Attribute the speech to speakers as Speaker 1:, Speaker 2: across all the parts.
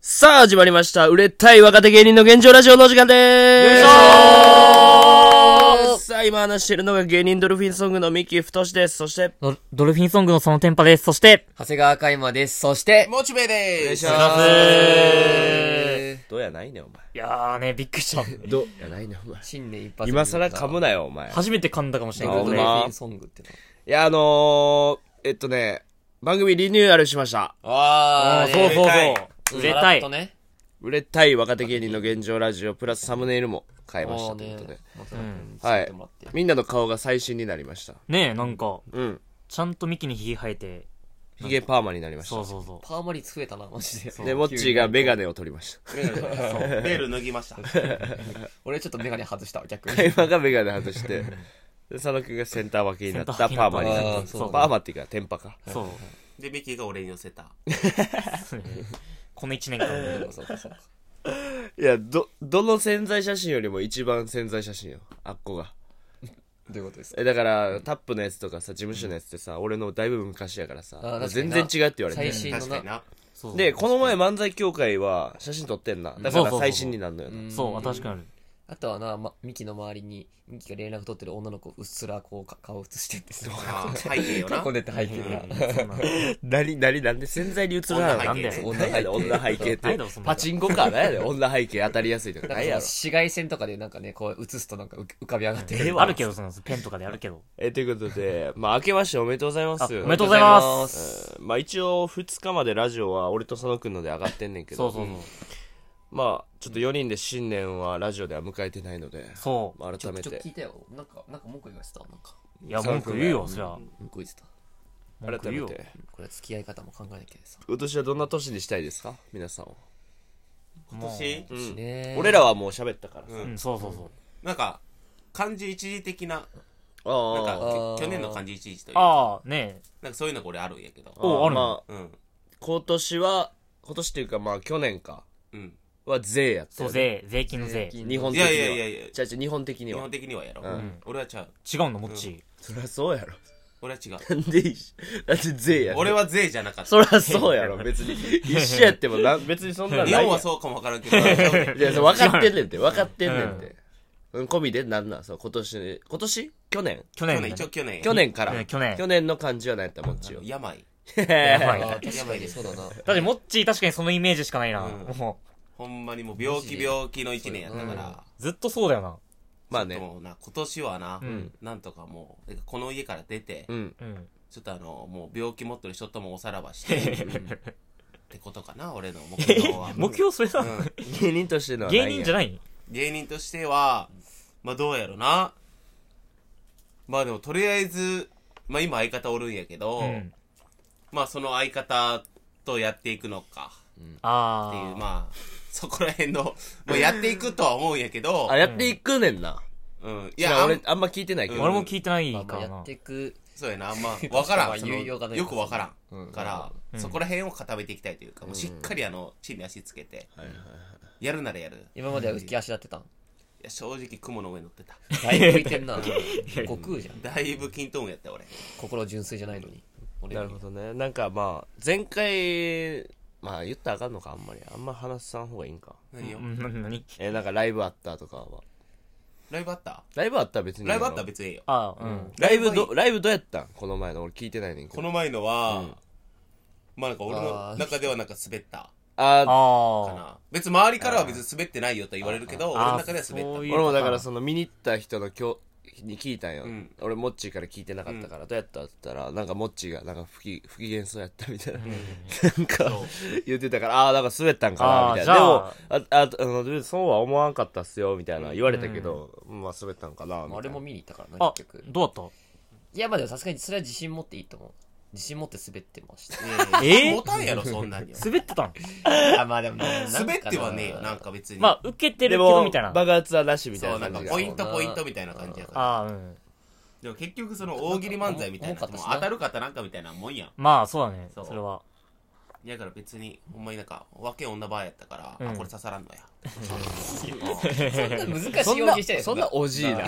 Speaker 1: さあ、始まりました。売れたい若手芸人の現状ラジオのお時間でーす。
Speaker 2: よいしょー
Speaker 1: さあ、今話しているのが芸人ドルフィンソングの三木太志です。そして、
Speaker 3: ドドルフィンソングのそのテンパです。そして、
Speaker 2: 長谷川海馬です。そして、
Speaker 4: モチベです。
Speaker 2: え
Speaker 4: どうやないねんお前。
Speaker 3: いやーね、びっくり した。
Speaker 4: どうやないねんお前
Speaker 2: ー。新年一発目。
Speaker 4: 今更噛むなよお前。い
Speaker 3: 初めて噛んだかもしれ
Speaker 2: ネ
Speaker 3: な
Speaker 2: グ
Speaker 3: いけ
Speaker 2: ド
Speaker 3: どね
Speaker 2: ルフ
Speaker 4: あほんま
Speaker 2: ィンソングっての。
Speaker 4: やあのー、えっとね、番組リニューアルしました。
Speaker 2: あ
Speaker 3: あーそうそうそう。
Speaker 2: う
Speaker 3: 売れたい。
Speaker 2: とね。
Speaker 4: 売れたい若手芸人の現状ラジオプラスサムネイルも変えました
Speaker 2: う
Speaker 4: ということで。
Speaker 2: ん。
Speaker 4: は
Speaker 2: はい
Speaker 4: い。。みんなの顔が最新になりました。
Speaker 3: ねえ、なんか、
Speaker 4: うん。
Speaker 3: ちゃんと幹にひげ生えて、
Speaker 4: ヒゲパーマになりまし
Speaker 3: そう
Speaker 4: た。
Speaker 3: そうそう。
Speaker 2: パーマ率増えたな、マジで。
Speaker 4: で、モッチーがメガネを取りました。
Speaker 5: ベール脱ぎました。
Speaker 2: 俺ちょっとメガネ外したわ、逆に。
Speaker 4: 今がメガネ外して、 で、佐野くんがセンター分けになったパ
Speaker 3: センター
Speaker 4: ー
Speaker 3: 分
Speaker 4: マ
Speaker 3: け
Speaker 4: に
Speaker 3: にな
Speaker 2: った
Speaker 4: なっ
Speaker 2: あーそう
Speaker 4: た。パーマっていうか、テンパか。
Speaker 3: そう。
Speaker 5: で、ミキが俺に寄せた。
Speaker 3: この一年間で。
Speaker 2: そうかそうか
Speaker 4: いや、ど、どの潜在写真よりも一番潜在写真よ。あっこが。
Speaker 2: どういうことですか
Speaker 4: えだからタップのやつとかさ事務所のやつってさ、俺のだいぶ昔やからさ
Speaker 2: あー確かに
Speaker 4: 全
Speaker 2: な
Speaker 4: 然違うって言われ
Speaker 2: 最
Speaker 4: て
Speaker 2: 新
Speaker 5: 確か
Speaker 2: の
Speaker 5: に
Speaker 2: な。
Speaker 5: な。
Speaker 3: そう。
Speaker 4: でこの前漫才協会は写真撮ってんなだか
Speaker 3: そうそう
Speaker 4: ら
Speaker 3: そう
Speaker 4: 最新になるのよな
Speaker 3: そう、新しくなる。
Speaker 2: あとはな、ま、ミキの周りに、ミキが連絡取ってる女の子、うっすらこうか、顔映してってさ。
Speaker 5: あー背景よな。
Speaker 2: こでって背景が。
Speaker 3: そんな
Speaker 4: 何何なんで潜在に映らない
Speaker 3: な
Speaker 4: の
Speaker 3: ん
Speaker 5: 女
Speaker 3: で
Speaker 5: 背景
Speaker 3: よ。
Speaker 4: 何やねん女背景っ
Speaker 3: ない
Speaker 4: て
Speaker 3: だろ、そんな
Speaker 4: パ
Speaker 3: の。
Speaker 4: チンコか何やねん女背景当たりやすいとか
Speaker 2: なんか
Speaker 4: 何
Speaker 2: その
Speaker 4: やろ
Speaker 2: 紫外線とかでなんかね、こう映すとなんか浮浮かび上がって る。
Speaker 3: あるけど、その、ペンとかであるけど。
Speaker 4: えということで まあ明けましておめでとうございます
Speaker 3: あ、おめでとうございま
Speaker 2: あ
Speaker 3: す。
Speaker 4: うんまあ一応2日までラジオは俺と佐野くんので上がってんねんけ
Speaker 3: そ
Speaker 4: ど
Speaker 3: うそうそう。
Speaker 4: まあちょっと4人で新年はラジオでは迎えてないので
Speaker 3: そ
Speaker 4: まあ
Speaker 2: ちょ
Speaker 4: 改め
Speaker 2: ちょ
Speaker 4: て
Speaker 2: 聞いたよ。なんか、なんか文句言われてた。なんか、
Speaker 3: う。いや、文句言うよ、そりゃ。
Speaker 2: 文句言ってた。
Speaker 3: 文句
Speaker 4: 改
Speaker 3: 言
Speaker 4: め
Speaker 3: うよ。
Speaker 4: て
Speaker 2: これは付き合い方も考えなきゃさ。
Speaker 4: 今年はどんな年にしたいですか皆さんを、
Speaker 3: 今
Speaker 5: 今年、
Speaker 2: ね
Speaker 4: 俺らはもう喋ったからさ、
Speaker 3: うん、そうそうそう。
Speaker 5: なんか、漢字一時的な、
Speaker 4: あ
Speaker 5: なんか、
Speaker 4: あ
Speaker 2: あー
Speaker 5: き去年の漢字一時というか、
Speaker 3: あー、ね
Speaker 5: なんかそういうのが俺あるんやけど。
Speaker 3: おある
Speaker 4: まあ
Speaker 5: うん。
Speaker 4: 今年は今年っていうかまあ去年か
Speaker 5: うん。
Speaker 4: は税やっ
Speaker 3: え。
Speaker 4: た
Speaker 3: そ
Speaker 4: よ
Speaker 3: う、
Speaker 4: ね
Speaker 3: 税、税金の税。違
Speaker 4: 日本
Speaker 5: い
Speaker 4: 的に
Speaker 5: や
Speaker 4: はい
Speaker 5: やいやいや、
Speaker 4: 違う違う日本的に
Speaker 5: 基
Speaker 4: は
Speaker 5: 本的にはやろ
Speaker 4: ん。
Speaker 5: 俺はちゃう。
Speaker 3: うの、もっち。
Speaker 4: そりゃそうやろ
Speaker 5: 俺は違う。
Speaker 4: なんで一緒なんで税やろ
Speaker 5: 俺は税じゃなかった。
Speaker 4: そりゃそうやろ別に一緒やってもな別にそんなない
Speaker 5: 日
Speaker 4: やん
Speaker 5: 本はそうかもわからんけ ど、
Speaker 4: いやそう分かってんねんて分かってんねんて、うん、込みでなんなんそう今年今年去年
Speaker 3: 去
Speaker 5: 去
Speaker 3: 年
Speaker 5: 年、
Speaker 3: ね。
Speaker 5: 一応去年。
Speaker 4: 去年から、
Speaker 3: うん去年
Speaker 4: 去年の漢字は何やったもっちを
Speaker 5: 病。
Speaker 3: やばい
Speaker 2: あ
Speaker 3: な
Speaker 2: あ、。確かにそうだ
Speaker 3: だ
Speaker 2: な。
Speaker 3: って、もっちー確かにそのイメージしかないな。
Speaker 5: うん
Speaker 3: も
Speaker 5: ほんまにもう病気病気の一年やったか
Speaker 2: マ
Speaker 5: ら。
Speaker 3: う、ずっとそうだよな。
Speaker 4: まあね
Speaker 5: もうな、今年はな、
Speaker 3: ん
Speaker 5: なんとかもう、てかこの家から出て、
Speaker 4: うん。
Speaker 3: うん。
Speaker 5: ちょっとあの、もう病気持ってる人ともおさら
Speaker 3: 。
Speaker 5: ばして、ってことかな、俺の目標は
Speaker 3: 目標それなの
Speaker 4: 芸人としてのは
Speaker 3: 芸人じゃ
Speaker 4: ない
Speaker 3: ない
Speaker 5: 芸人としては、まあどうやろな。まあでもとりあえず、まあ今相方おるんやけど、
Speaker 3: うん。
Speaker 5: まあその相方とやっていくのか、
Speaker 3: あ
Speaker 5: って
Speaker 3: ー。
Speaker 5: いう、まあ、そこら辺の、もうやっていくとは思うんやけど
Speaker 4: んや。あ、、やっていくねんな。
Speaker 5: うん。い
Speaker 4: いや、
Speaker 5: や、
Speaker 4: 俺
Speaker 5: 俺、、
Speaker 4: あんま聞いてないけど。
Speaker 3: 俺も聞いてない
Speaker 2: まあ
Speaker 3: か
Speaker 2: まあ
Speaker 3: ら
Speaker 2: や
Speaker 3: な
Speaker 2: って。いく。
Speaker 5: そうやな、まあ、わから
Speaker 2: まあ
Speaker 5: ん。その
Speaker 2: 言いようがない
Speaker 5: よくわから。
Speaker 2: うんん
Speaker 5: から、そこら辺を固めていきたいというか、もうしっかりあの、地に足つけて、やるならやる。
Speaker 2: 今までは浮き足立ってたん。
Speaker 5: いや正直雲の上乗ってた
Speaker 2: だいぶ浮いてんな。悟空じゃん。
Speaker 5: だいぶ均等運やったよ俺
Speaker 2: 心純粋じゃないのに。俺
Speaker 4: なるほどね。なんかまあ、前回、まあ言ったらあかんのか、あんまり。あんま話さん方がいいんか。
Speaker 5: 何よ、
Speaker 3: うん、な、なに
Speaker 4: え、なんかライブあったとかは。
Speaker 5: ライブあった
Speaker 4: ライブあったら別に。
Speaker 5: ライブあったら別にええよ
Speaker 3: あー、うん。
Speaker 4: ライブど、ライブどうやったんこの前の俺聞いてないねんけ
Speaker 5: こ
Speaker 4: ど。
Speaker 5: の前のは、まあなんか俺
Speaker 2: あ
Speaker 5: の
Speaker 2: ー
Speaker 5: 中ではなんか滑った
Speaker 4: あ
Speaker 5: か
Speaker 3: あ
Speaker 5: な別に周りからは別に滑ってないよとは言われるけど俺の中では滑
Speaker 3: あーそう
Speaker 5: っ
Speaker 4: ー、
Speaker 3: いう
Speaker 4: 俺もだからその見に行った人の今日、に聞いたんよ、
Speaker 5: ん
Speaker 4: 俺モッチーから聞いてなかったから、どうやったって言ったらなんかモッチーがなんか不機不機嫌そうやったみたいな、なんか言ってたからああーなんか滑ったんかなみたいなでも
Speaker 3: あ
Speaker 4: あああの別にそうは思わんかったっすよみたいな言われたけど、まあ滑ったんかなみたいな
Speaker 2: 俺も見に行ったからな、
Speaker 3: あ
Speaker 2: 結、局。
Speaker 3: どうだっ
Speaker 2: いや、まあでもさすがにそれは自信持っていいと思う。自信持って滑ってま した。
Speaker 5: た
Speaker 3: いやいや
Speaker 5: 持たんやろそんなんには
Speaker 3: た滑ってたん
Speaker 2: あ、まあでもね
Speaker 5: 滑ってはねえよなん。か別に
Speaker 3: まあ、受けて
Speaker 4: で
Speaker 3: るけど
Speaker 4: も
Speaker 3: みたいな。あ
Speaker 4: 爆発はなしみた
Speaker 5: そう
Speaker 4: いな
Speaker 5: なんか
Speaker 4: 感じが
Speaker 5: ポイントポイントみたいな感じやから
Speaker 3: あー、うん。
Speaker 5: でも結局その大喜利漫才みたいな
Speaker 2: なんか重かっ
Speaker 5: の
Speaker 2: た
Speaker 5: も
Speaker 2: しな
Speaker 5: 当たるか当たらんかみたいなもんやん
Speaker 3: まあ、そうだね。
Speaker 5: そう
Speaker 3: それは。
Speaker 5: だから別にほんまになんか若い女バーやったから、
Speaker 3: うん
Speaker 5: あこれ刺さらんのや
Speaker 2: そんな難
Speaker 4: そ
Speaker 2: しい
Speaker 4: ん
Speaker 2: 要
Speaker 4: な
Speaker 2: 求してない、
Speaker 4: そんなおじいな。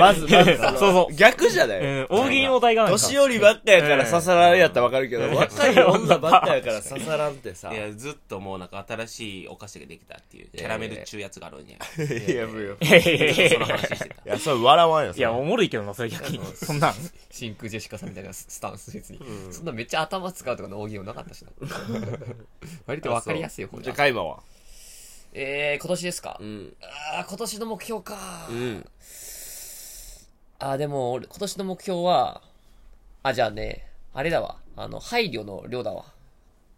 Speaker 3: まず、まず、そうそ
Speaker 4: 逆じゃな
Speaker 3: う。う
Speaker 4: い
Speaker 3: ん、大喜利のお題があるんか
Speaker 4: 年寄りばっかやから刺さらんやったらわかるけど、若い女ばっかやから刺さらんってさ。
Speaker 5: いや、ずっともうなんか新しいお菓子ができたっていう、キャラメル中やつがあるんや。
Speaker 4: いや、もうよ。
Speaker 3: いやいやいやいや
Speaker 5: その話してた。
Speaker 6: いや、それ笑わんよ、そ
Speaker 3: い
Speaker 6: れ
Speaker 3: や、おもろいけどな、それ逆に。そんなん。
Speaker 2: 真空ジェシカさんみたいなスタンス別に、そんなめっちゃ頭使うとかの大喜利もなかったしな割と分かりやすい方
Speaker 4: じ
Speaker 2: で
Speaker 4: ゃあ、カイマは
Speaker 2: えー、今年ですか、
Speaker 4: うん。
Speaker 2: あー今年の目標か、
Speaker 4: うん。
Speaker 2: あーでも俺今年の目標はあじゃあねあれだわあの配慮の量だわ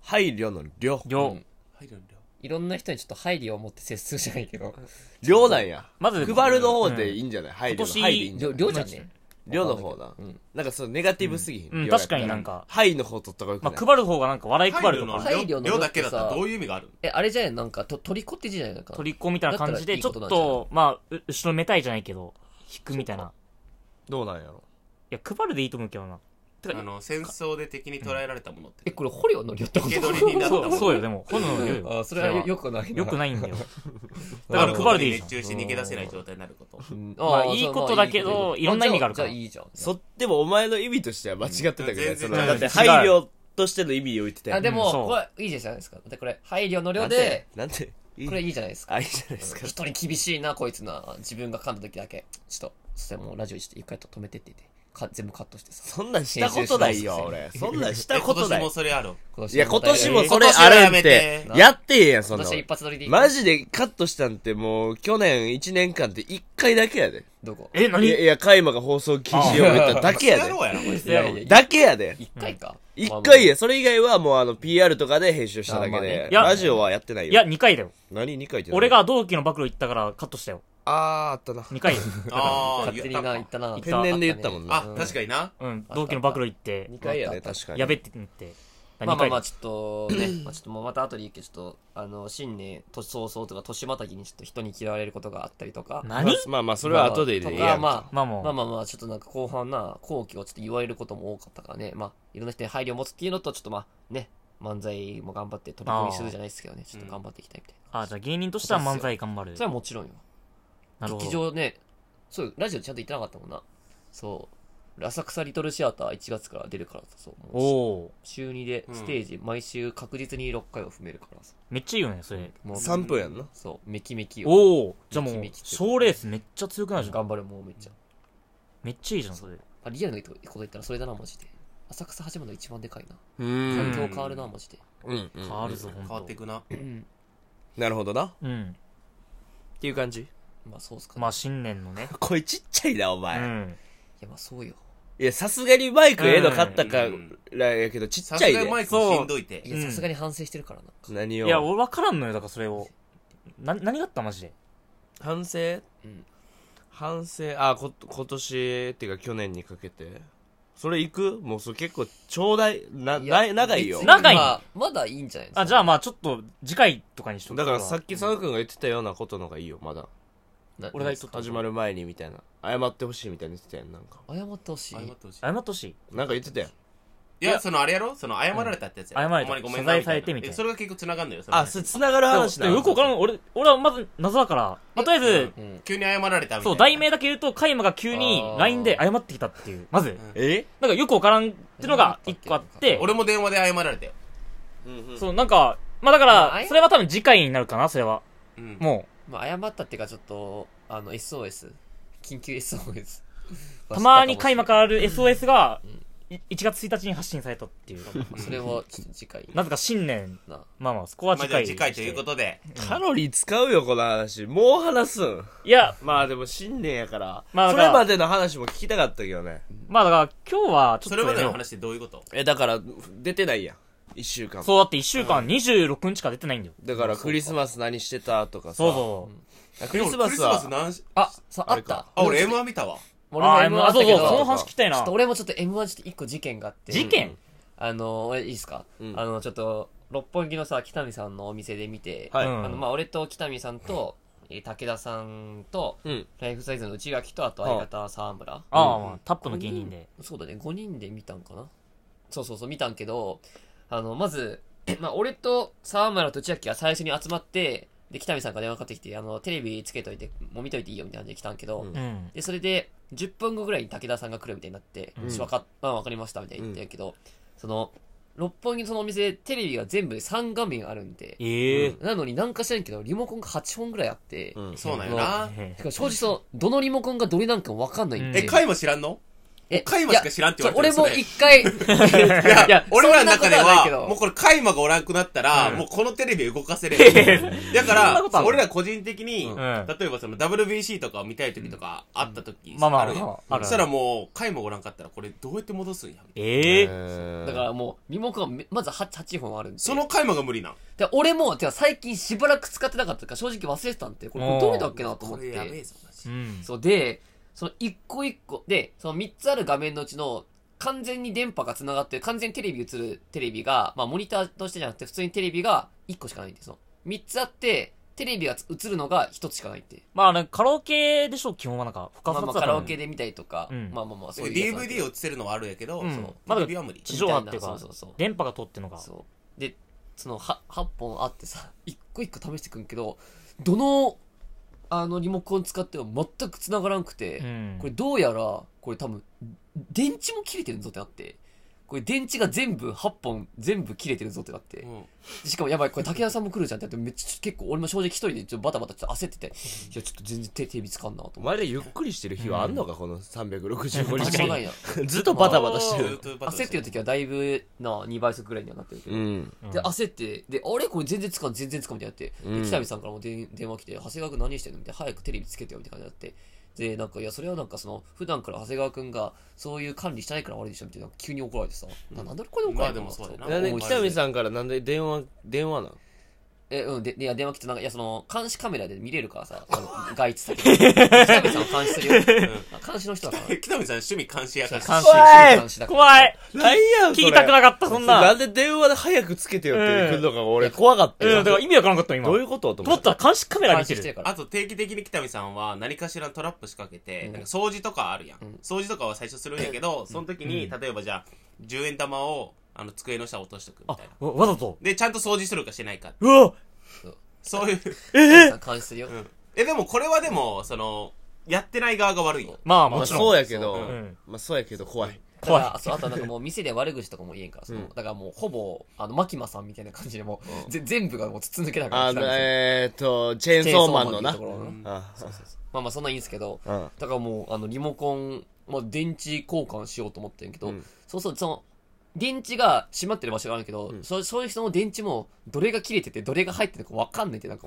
Speaker 4: 配慮の量。
Speaker 3: よ、
Speaker 5: 入るんだよ。
Speaker 2: いろんな人にちょっと配慮を持って接するじゃないけど
Speaker 4: 量なんや。
Speaker 3: まず
Speaker 4: 配るの方でいいんじゃない配慮の。
Speaker 3: 今年
Speaker 4: 配でいいんじゃ
Speaker 2: 量
Speaker 4: ない
Speaker 2: 量じゃんね
Speaker 4: 量の方な。なんかそのネガティブすぎひん。
Speaker 3: うん、
Speaker 4: 量やっ
Speaker 3: 確
Speaker 4: た
Speaker 3: からになんか、
Speaker 4: はいの方取った方がよくな
Speaker 3: ま
Speaker 4: い、
Speaker 3: あ、配る方がなんか笑い配るとか、
Speaker 5: 配慮
Speaker 2: 配慮の
Speaker 5: の量だけだったらどういう意味がある
Speaker 2: えあれじゃねなんかと取りこって字じゃないなんか
Speaker 3: 取り子みたいな感じで、
Speaker 2: だっ
Speaker 3: ち
Speaker 2: た
Speaker 3: ょ
Speaker 2: ら
Speaker 3: っ
Speaker 2: いいことなん
Speaker 3: と、まあ、う後ろめたいじゃないけど、引くみたいな。
Speaker 4: どうなんやろ
Speaker 3: いや、配るでいいと思うけどな。て
Speaker 5: あ
Speaker 3: か、
Speaker 5: の、戦争で敵に捕らえられたものっ
Speaker 2: え
Speaker 5: て。
Speaker 2: これ捕虜の量ってこと
Speaker 5: 受け取りになったも
Speaker 3: そう
Speaker 5: の。
Speaker 3: そうよ、 でも、炎の量よ。
Speaker 2: あーそれはよよくないな
Speaker 3: よくないんだよ。だか
Speaker 5: ある
Speaker 3: ら
Speaker 5: こ
Speaker 3: 配る
Speaker 5: と
Speaker 3: で
Speaker 5: に
Speaker 3: いいじゃん。
Speaker 5: 熱中して逃げ出せない状態になること。
Speaker 2: うん
Speaker 3: まあ
Speaker 2: ー
Speaker 3: いい
Speaker 2: そう
Speaker 3: ことだけど
Speaker 2: まあいいこと
Speaker 3: いろんな意味があるから
Speaker 2: じゃあいいじゃん
Speaker 4: そ、でもお前の意味としては間違ってたけど
Speaker 5: う
Speaker 4: ね。
Speaker 5: ん
Speaker 4: その
Speaker 5: 全然
Speaker 4: だって
Speaker 3: 違う
Speaker 4: 配慮としての意味を言ってたや
Speaker 2: あ
Speaker 4: ん
Speaker 2: でも、
Speaker 3: うんそう
Speaker 2: これいいじゃないですか。で、これ、配慮
Speaker 4: な
Speaker 2: の量
Speaker 4: んて
Speaker 2: で、、
Speaker 4: なんて、いい
Speaker 2: これいいじゃないですか。
Speaker 4: あ、いいじゃないですか。
Speaker 2: 一人厳しいな、こいつな。自分が噛んだ時だけ。ちょっと、そしてもうラジオ一回止めてって言って、か全部カットしてさ。
Speaker 4: そんなんしたことないよ、俺。そんなんしたことな
Speaker 5: え今年
Speaker 4: い
Speaker 5: も。それある。
Speaker 2: 今
Speaker 4: いや、今年もそ
Speaker 5: そ
Speaker 4: れ
Speaker 5: れ
Speaker 4: あ
Speaker 5: あ
Speaker 4: る
Speaker 5: る
Speaker 4: ん
Speaker 5: ん
Speaker 4: て
Speaker 5: て。
Speaker 4: やってえやん、そ
Speaker 2: 今
Speaker 4: んな
Speaker 2: 年
Speaker 4: ん
Speaker 2: 一。発撮りでいい
Speaker 4: マジでカットしたんってもう、去年1年間で1回だけやで。
Speaker 2: どこ
Speaker 3: え、
Speaker 4: い
Speaker 3: 何
Speaker 4: や、いや、カイマが放送禁止を言っただけや
Speaker 5: や
Speaker 4: で
Speaker 5: ろうやな、これ。
Speaker 2: いやいや、
Speaker 4: だけやで。
Speaker 2: 一回か。
Speaker 4: 一回
Speaker 2: や。
Speaker 4: や、それ以外はもうあの、PR とかで編集しただけ
Speaker 2: あまあ
Speaker 4: で
Speaker 2: ね、
Speaker 3: いや
Speaker 4: ラジオはやってない
Speaker 3: い
Speaker 4: よ。
Speaker 3: や、2回だよ。
Speaker 4: 何2回って
Speaker 3: 俺、が同期の暴露行ったからカットしたよ。
Speaker 4: あー、あったな。
Speaker 3: 2回よ。
Speaker 5: ああ、
Speaker 2: 勝手にな、
Speaker 5: 言
Speaker 2: 言
Speaker 5: っ
Speaker 2: ったな。
Speaker 4: 天然で言ったもん
Speaker 5: た
Speaker 4: な。
Speaker 5: あ、確かにな。
Speaker 3: うん、同期の暴露行って、
Speaker 4: 2回やね、確かに。
Speaker 3: やべってなって。
Speaker 2: ま
Speaker 3: 2
Speaker 2: あまあ
Speaker 3: 回
Speaker 2: まあ、ちょっとね、まあちょっともうまた後で言うけど、ちょっと、あの、新年、年早々とか年またぎにちょっと人に嫌われることがあったりとか。
Speaker 4: まあ
Speaker 3: 何
Speaker 4: まあまあ、それは後でいい
Speaker 2: と
Speaker 4: い
Speaker 2: か、
Speaker 4: や
Speaker 2: まあ、
Speaker 3: まあもう
Speaker 2: まあまあまあ、ちょっとなんか後半な、後期をちょっと言われることも多かったからね、まあ、いろんな人に配慮を持つっていうのと、ちょっとまあ、ね、漫才も頑張って取り組みするじゃないですけどね、ちょっと頑張っていきたいみたいな。
Speaker 3: あ、じゃあ芸人としては漫才頑張る
Speaker 2: そ。れはもちろんよ。
Speaker 3: なるほ
Speaker 2: 劇
Speaker 3: ど。
Speaker 2: 場ね、そう、ラジオちゃんと言ってなかったもんな。そう。浅草リトルシアター1月から出るからさ、そう。
Speaker 3: お
Speaker 2: もう
Speaker 3: お
Speaker 2: 週2でステージ、毎週確実に6回を踏めるからさ。
Speaker 3: めっちゃいいよね、それ。
Speaker 2: もう、
Speaker 4: 3分やんな。
Speaker 2: そう、メキメキを。
Speaker 3: おおじゃあもう
Speaker 2: めきめき、って
Speaker 3: 賞レースめっちゃ強くないじゃん。
Speaker 2: 頑張る、もうめっちゃ。
Speaker 3: めっちゃいいじゃん、それ。
Speaker 2: あリアルなこと言ったらそれだな、マジで。浅草始まるの一番でかいな。
Speaker 4: う
Speaker 2: 環
Speaker 4: ん。
Speaker 2: 境変わるな、マジで。
Speaker 4: うん。
Speaker 3: 変わるぞ、ほん
Speaker 5: 変
Speaker 3: と。
Speaker 5: わっていくな。
Speaker 4: なるほどな。っ
Speaker 3: うん。
Speaker 4: ていう感じ。
Speaker 2: まあそうっすか、ね。
Speaker 3: まあ、新年の ね。
Speaker 4: 声ちっちゃいな、お
Speaker 3: う
Speaker 4: 前。
Speaker 3: ん。
Speaker 2: いやまあそうよ。
Speaker 4: いや、さすがにマイクええの買ったから
Speaker 5: うん
Speaker 4: やけど、ちっ
Speaker 5: さ
Speaker 4: ちゃ
Speaker 5: す
Speaker 4: い
Speaker 5: がにマ
Speaker 4: で。
Speaker 5: イクしんどいて
Speaker 2: い。や
Speaker 3: うん
Speaker 2: さすがに反省してるからなんか。
Speaker 4: 何
Speaker 3: いや、
Speaker 4: を。
Speaker 3: 俺分からんのよ、だからそれを。な、何があったマジで。
Speaker 4: 反省
Speaker 2: ん
Speaker 4: 反省、あ、こ、今年、っていうか去年にかけて。それ行くもうそれ結構、ちょうだい、な、
Speaker 2: いや
Speaker 4: な長いよ
Speaker 2: 別に。
Speaker 3: な長い
Speaker 2: まあまだいいんじゃないですか。
Speaker 3: あ、じゃあまあ、ちょっと、次回とかにしとく
Speaker 4: だからさっき佐野くんが言ってたようなことの方がいいよ、まだ。
Speaker 2: な
Speaker 3: 俺が言っとった。
Speaker 4: 始まる前にみたいな。謝ってほしいみたいに言ってたやん、なんか。
Speaker 2: 謝ってほしい
Speaker 5: 謝。ってほしい。
Speaker 3: 謝ってほしい。
Speaker 4: なんか言ってたやん。
Speaker 5: いや、そのあれやろその謝られたってやつやろ。
Speaker 3: うん謝られた
Speaker 5: お前ごめん
Speaker 3: 謝
Speaker 5: な
Speaker 3: 罪されてみたいな
Speaker 5: えそれが結構繋がんのよ。その
Speaker 4: あ、それ繋がる話
Speaker 3: で
Speaker 4: だ。
Speaker 3: もよく分からん。俺、俺はまず謎だから。まあ、とりあえず、
Speaker 2: うん。
Speaker 5: 急に謝られたみたいな。
Speaker 3: そう、題名だけ言うと、カイマが急に
Speaker 2: あー
Speaker 3: LINE で謝ってきたっていう。まず、
Speaker 4: え
Speaker 3: なんかよく分からんってのが一個あって、
Speaker 5: 俺も電話で謝られて。
Speaker 3: そう、なんか、まあだか
Speaker 2: まあ
Speaker 3: ら、それは多分次回になるかな、それは。
Speaker 5: うん。
Speaker 3: も
Speaker 2: まあ謝ったっていうかちょっと、あの SOS。緊急 SOS。
Speaker 3: う、 たまに開幕
Speaker 2: ら。
Speaker 3: ある SOS が、い1月1日に発信されたっていう。
Speaker 2: それはちょっと次回。
Speaker 3: なぜか新年。
Speaker 2: な。
Speaker 3: まあまあ、そこは
Speaker 5: まあ
Speaker 3: 次
Speaker 5: じゃあ
Speaker 3: 回。
Speaker 5: 次回ということで。
Speaker 4: カロリー使うよ、この話。もう話すん。
Speaker 3: いや、
Speaker 4: まあでも新年やから。
Speaker 3: まあ
Speaker 4: それまでの話も聞きたかったけどね。
Speaker 3: まあだから、今日はちょ
Speaker 5: そ
Speaker 3: っと
Speaker 5: れま
Speaker 3: やめ
Speaker 5: で
Speaker 3: よ
Speaker 5: の
Speaker 3: う、
Speaker 5: 話ってどういうこと
Speaker 4: え、だから、出てないやん。一週間。
Speaker 3: そうだって1週間26日しか出てないんだよ。
Speaker 4: だから、クリスマス何してたとかさ。
Speaker 3: そうそう。
Speaker 4: う。クリスマスは、
Speaker 5: 何し
Speaker 2: あ、さ、あった。
Speaker 5: あ、俺 M1 見たわ。
Speaker 2: 俺も
Speaker 3: あー
Speaker 2: M1 あ
Speaker 3: ま
Speaker 2: っ
Speaker 3: あ、
Speaker 2: た
Speaker 3: そう
Speaker 2: け
Speaker 3: そう、
Speaker 2: ど、
Speaker 3: その話聞きたい
Speaker 2: ちょ
Speaker 3: な
Speaker 2: っと。俺もちょっと M1 ちょっと一個事件があって。
Speaker 3: 事件
Speaker 2: あの、俺いいですか、
Speaker 4: ん
Speaker 2: あの、ちょっと、六本木のさ、北見さんのお店で見て、
Speaker 4: はい
Speaker 3: うん
Speaker 2: あの、まあ、俺と北見さんと、えー武田さんと、
Speaker 4: うん。
Speaker 2: ライフサイズの内垣と、あと相方沢村。
Speaker 3: ああ、まあ、タップの芸人で。
Speaker 2: そうだね、5人で見たんかなそうそうそう、見 たんけど、あの、まず、まあ、俺と沢村と内垣が最初に集まって、で、北見さんから電話かかってきて、あの、テレビつけといて、もう見といていいよみたいな感じで来たんけど、
Speaker 4: うん
Speaker 3: うん。
Speaker 2: で、それで、10分後ぐらいに武田さんが来るみたいになって、
Speaker 4: ん
Speaker 2: しわかっ、あ、わかりましたみたいに言ってんやけど、その、六本木のそのお店、テレビが全部で3画面あるんで、
Speaker 4: ええ
Speaker 2: なのになんか知らんけど、リモコンが8本ぐらいあって、
Speaker 4: うん
Speaker 5: そうなんやな。
Speaker 3: へ
Speaker 2: てか正直その、どのリモコンがどれなんかもわかんないんで。
Speaker 5: え、カイも知らんの
Speaker 2: え
Speaker 5: カイマしか知らんって言われてる
Speaker 2: ちょ俺も一回、 い
Speaker 5: いや、俺らの中で
Speaker 2: そんなことないけ
Speaker 5: は、
Speaker 2: ど
Speaker 5: もうこれ、カイマがおらんくなったら、もうこのテレビ動かせれる。だか
Speaker 3: そんなことあ
Speaker 5: ら、
Speaker 3: る
Speaker 5: 俺ら個人的に、
Speaker 3: ん
Speaker 5: 例えばその WBC とかを見たい時とか、あった時
Speaker 3: まあまあ
Speaker 5: るやん
Speaker 3: まあまあある
Speaker 5: そしたらもう、カイマがおらんかったら、これどうやって戻すんや。
Speaker 3: ええ。
Speaker 2: だからもう、リモコンがめまず 8, 8本あるんで。
Speaker 5: そのカイマが無理なん。
Speaker 2: で俺も、てか最近しばらく使ってなかったから正直忘れてたんで、これ
Speaker 3: おー
Speaker 2: どれだっけなと思
Speaker 5: こ
Speaker 2: っ
Speaker 5: れやべえ
Speaker 2: て。
Speaker 5: ぞ、マジ
Speaker 3: う
Speaker 5: で
Speaker 3: ん。
Speaker 2: そうで、その一個一個、で、その3つある画面のうちの、完全に電波が繋がってる、完全にテレビ映るテレビが、まあモニターとしてじゃなくて普通にテレビが1個しかないんですよ。3つあって、テレビが映るのが1つしかないって。
Speaker 3: まあ、あの、カラオケでしょ、基本はなんか、深
Speaker 2: まあ
Speaker 3: さ
Speaker 2: まあカラオケで見たりとか、
Speaker 3: うん
Speaker 2: まあまあまあそういうやつなんだけど
Speaker 5: DVD をつけるのはあるやけど、そ
Speaker 3: うん
Speaker 5: の、
Speaker 3: まだ
Speaker 5: DVD は無理。
Speaker 3: 地上波っていうか
Speaker 2: そうそうそう、
Speaker 3: 電波が通ってんのが。
Speaker 2: そうでそのは8本あってさ一個一個試してくんけどどのあのリモコン使っても全く繋がらんくて、
Speaker 3: うん
Speaker 2: これどうやらこれ多分電池も切れてるぞってなってこれ電池が全部8本全部切れてるぞってなって、
Speaker 5: うん
Speaker 2: しかもやばいこれ竹谷さんも来るじゃんってなってめっちゃ結構俺も正直一人でちょっとバタバタちょっと焦ってていやちょっと全然テテレビつかん
Speaker 4: お
Speaker 2: なと思って
Speaker 4: 前らゆっくりしてる日はあんのか、この365
Speaker 2: バ
Speaker 4: 日
Speaker 2: タバタなん
Speaker 4: 間。
Speaker 2: や
Speaker 4: ずっとバタバタして
Speaker 5: ずっ
Speaker 4: る。
Speaker 5: とバトル
Speaker 2: 焦ってる時はだいぶな2倍速ぐらいにはなってるけど、
Speaker 4: うん。
Speaker 2: で、焦って、で、あれこれ全然つかん、全然つかんみたいになって、
Speaker 4: うん
Speaker 2: で、北見さんからも電電話来て、長谷川君何してんのみたいな、早くテレビつけてよみたいな感じになって、で、なんか、いや、それはなんかその、普段から長谷川君が、そういう管理してないから悪いでしょみたいな、急に怒られてさ、ななんでこれ怒られてん
Speaker 5: まあ
Speaker 2: の
Speaker 5: でもそうだよな
Speaker 4: なんで、
Speaker 5: お前
Speaker 4: 北見さんからなんで電話、電話なの
Speaker 2: え、うん、で、いや、電話来て、なんか、いや、その、監視カメラで見れるからさ、あの、外出先で。北見さんは監視するよ。あ監視の人だから。
Speaker 5: 北見さん趣 味監視やから。
Speaker 3: 監視
Speaker 2: 怖い
Speaker 3: 監視だから怖い
Speaker 4: なんや
Speaker 3: 聞いたくなかった、そんな。
Speaker 4: んで電話で早くつけてよって来るのが俺怖かった
Speaker 3: うん、
Speaker 4: よ。
Speaker 3: だから意味わからなかったもん、今。
Speaker 4: どういうことと
Speaker 3: と思
Speaker 4: 思
Speaker 3: っ
Speaker 4: ったた。
Speaker 3: ら監視カメラ
Speaker 2: 監
Speaker 3: 見て
Speaker 2: 視して
Speaker 3: る
Speaker 2: る。から。
Speaker 5: あと定期的に北見さんは何かしらトラップ仕掛けて、
Speaker 2: うん
Speaker 5: なんか掃除とかあるやん,、掃除とかは最初するんやけど、その時に、例えばじゃあ、10円玉をあの机の下落としとくみたいな。
Speaker 3: わわざと。
Speaker 5: で、ちゃんと掃除するかしてないか。
Speaker 3: うわ
Speaker 5: そう いう。
Speaker 2: 北見さん監視するよ。
Speaker 5: うんえ、でもこれはでも、その、やってない側が悪いよ。
Speaker 3: まあ、
Speaker 4: ま
Speaker 3: も
Speaker 4: あ
Speaker 3: ちろん。
Speaker 4: そうやけど
Speaker 3: ん、
Speaker 4: まあそうやけど怖い。
Speaker 2: だから、そう、あとはなんかもう店で悪口とかも言えんから、その、だからもうほぼ、あの、牧間さんみたいな感じでもう、ぜ全部がもう筒抜けだから
Speaker 4: あ
Speaker 2: 北
Speaker 4: の
Speaker 2: 見、さん
Speaker 4: えーっと、チェーン
Speaker 2: チェ
Speaker 4: ソー
Speaker 2: ーンソー
Speaker 4: マ
Speaker 2: マ
Speaker 4: ンの
Speaker 2: ンの
Speaker 4: な
Speaker 2: とこ。ろのな。
Speaker 4: あ
Speaker 2: まあまあそんないいんですけど、
Speaker 4: うんうん
Speaker 2: だからもう、あの、リモコン、まあ電池交換しようと思ってんけど、
Speaker 4: うん
Speaker 2: そうそう、その、電池が閉まってる場所があるけど、そそういう人の電池も、どれが切れてて、どれが入ってるのかわかんないって、なんか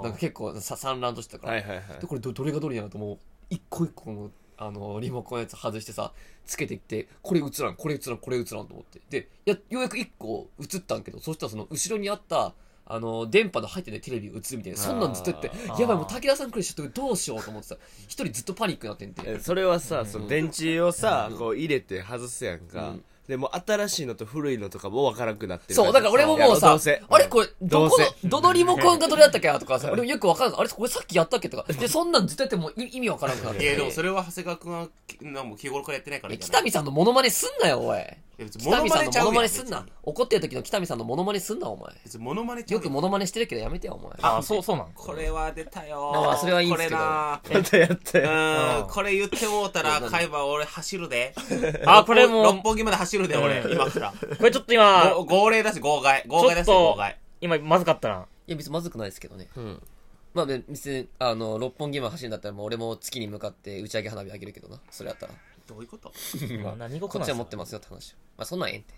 Speaker 3: う
Speaker 2: う、
Speaker 3: ん
Speaker 2: なんか結構さ散乱としてたから、
Speaker 4: はいはいはい。
Speaker 2: で、これど、どれがどれやなと、もう、一個一個の、あの、リモコンのやつ外してさ、つけていって、これ映らん、これ映らん、これ映らんと思って。で、や、ようやく一個映ったんけど、そしたらその、後ろにあった、あの、電波の入ってないテレビ映るみたいな、そんなんずっとやって
Speaker 3: あ、ー
Speaker 2: やばい、もう武田さん来るし、ちょっとどうしようと思ってさ、一人ずっとパニックになってん
Speaker 4: え
Speaker 2: て。
Speaker 4: それはさ、その電池をさ、こう入れて外すやんか。でも新しいのと古いのとかもわからなくなってる
Speaker 2: そう、だから俺ももう
Speaker 4: いや
Speaker 2: さ
Speaker 4: どせ、
Speaker 2: あれこれ、どこ
Speaker 4: どう
Speaker 2: の、どのリモコンがどれだったっけなとかさ、俺もよくわからん。あれこれさっきやったっけとか。で、そんなんずっとやってもう意味わからんくなっ
Speaker 5: い
Speaker 2: て。
Speaker 5: や、でもそれは長谷川くんは、きなんも日頃からやってないから
Speaker 2: え
Speaker 5: いいんじゃ
Speaker 2: 北
Speaker 5: ない。
Speaker 2: 見さんのモノマネすんなよ、おい。
Speaker 5: いや別に
Speaker 2: 北見さんのモノマネ
Speaker 5: 別
Speaker 2: す
Speaker 5: に
Speaker 2: んな。怒ってる時の北見さんのモノマネすんな、お前。
Speaker 5: 別にモノマネちゃ
Speaker 2: よ
Speaker 5: うやん
Speaker 2: くモノマネしてるけどやめてよ、お前。
Speaker 3: あ、そう、そうなん
Speaker 5: これは出たよ
Speaker 2: まあまあそれはいいんすけど
Speaker 5: これな
Speaker 4: またやったよ。
Speaker 5: う
Speaker 3: うん
Speaker 5: ん、これ言ってもうたら、海馬俺走るで。
Speaker 3: あ、これも
Speaker 5: 六
Speaker 3: う、こ
Speaker 5: 本木まで走るで、俺、
Speaker 3: うん
Speaker 5: 今から。
Speaker 3: れちょっと今、
Speaker 5: ご号令だし、号外。号外
Speaker 3: ちょ
Speaker 5: だ
Speaker 3: っ
Speaker 5: し、号
Speaker 3: と
Speaker 5: 外。、
Speaker 3: 今まずかったな。
Speaker 2: いや、別にまずくないですけどね。
Speaker 4: ん
Speaker 2: まあ別に、あの、六本木まで走るんだったら、もう俺も月に向かって打ち上げ花火あげるけどな。それやったら。
Speaker 5: どういうこと
Speaker 3: 何事
Speaker 2: こっちは持って
Speaker 3: ま
Speaker 2: ますよって話。まあそんなんええんて。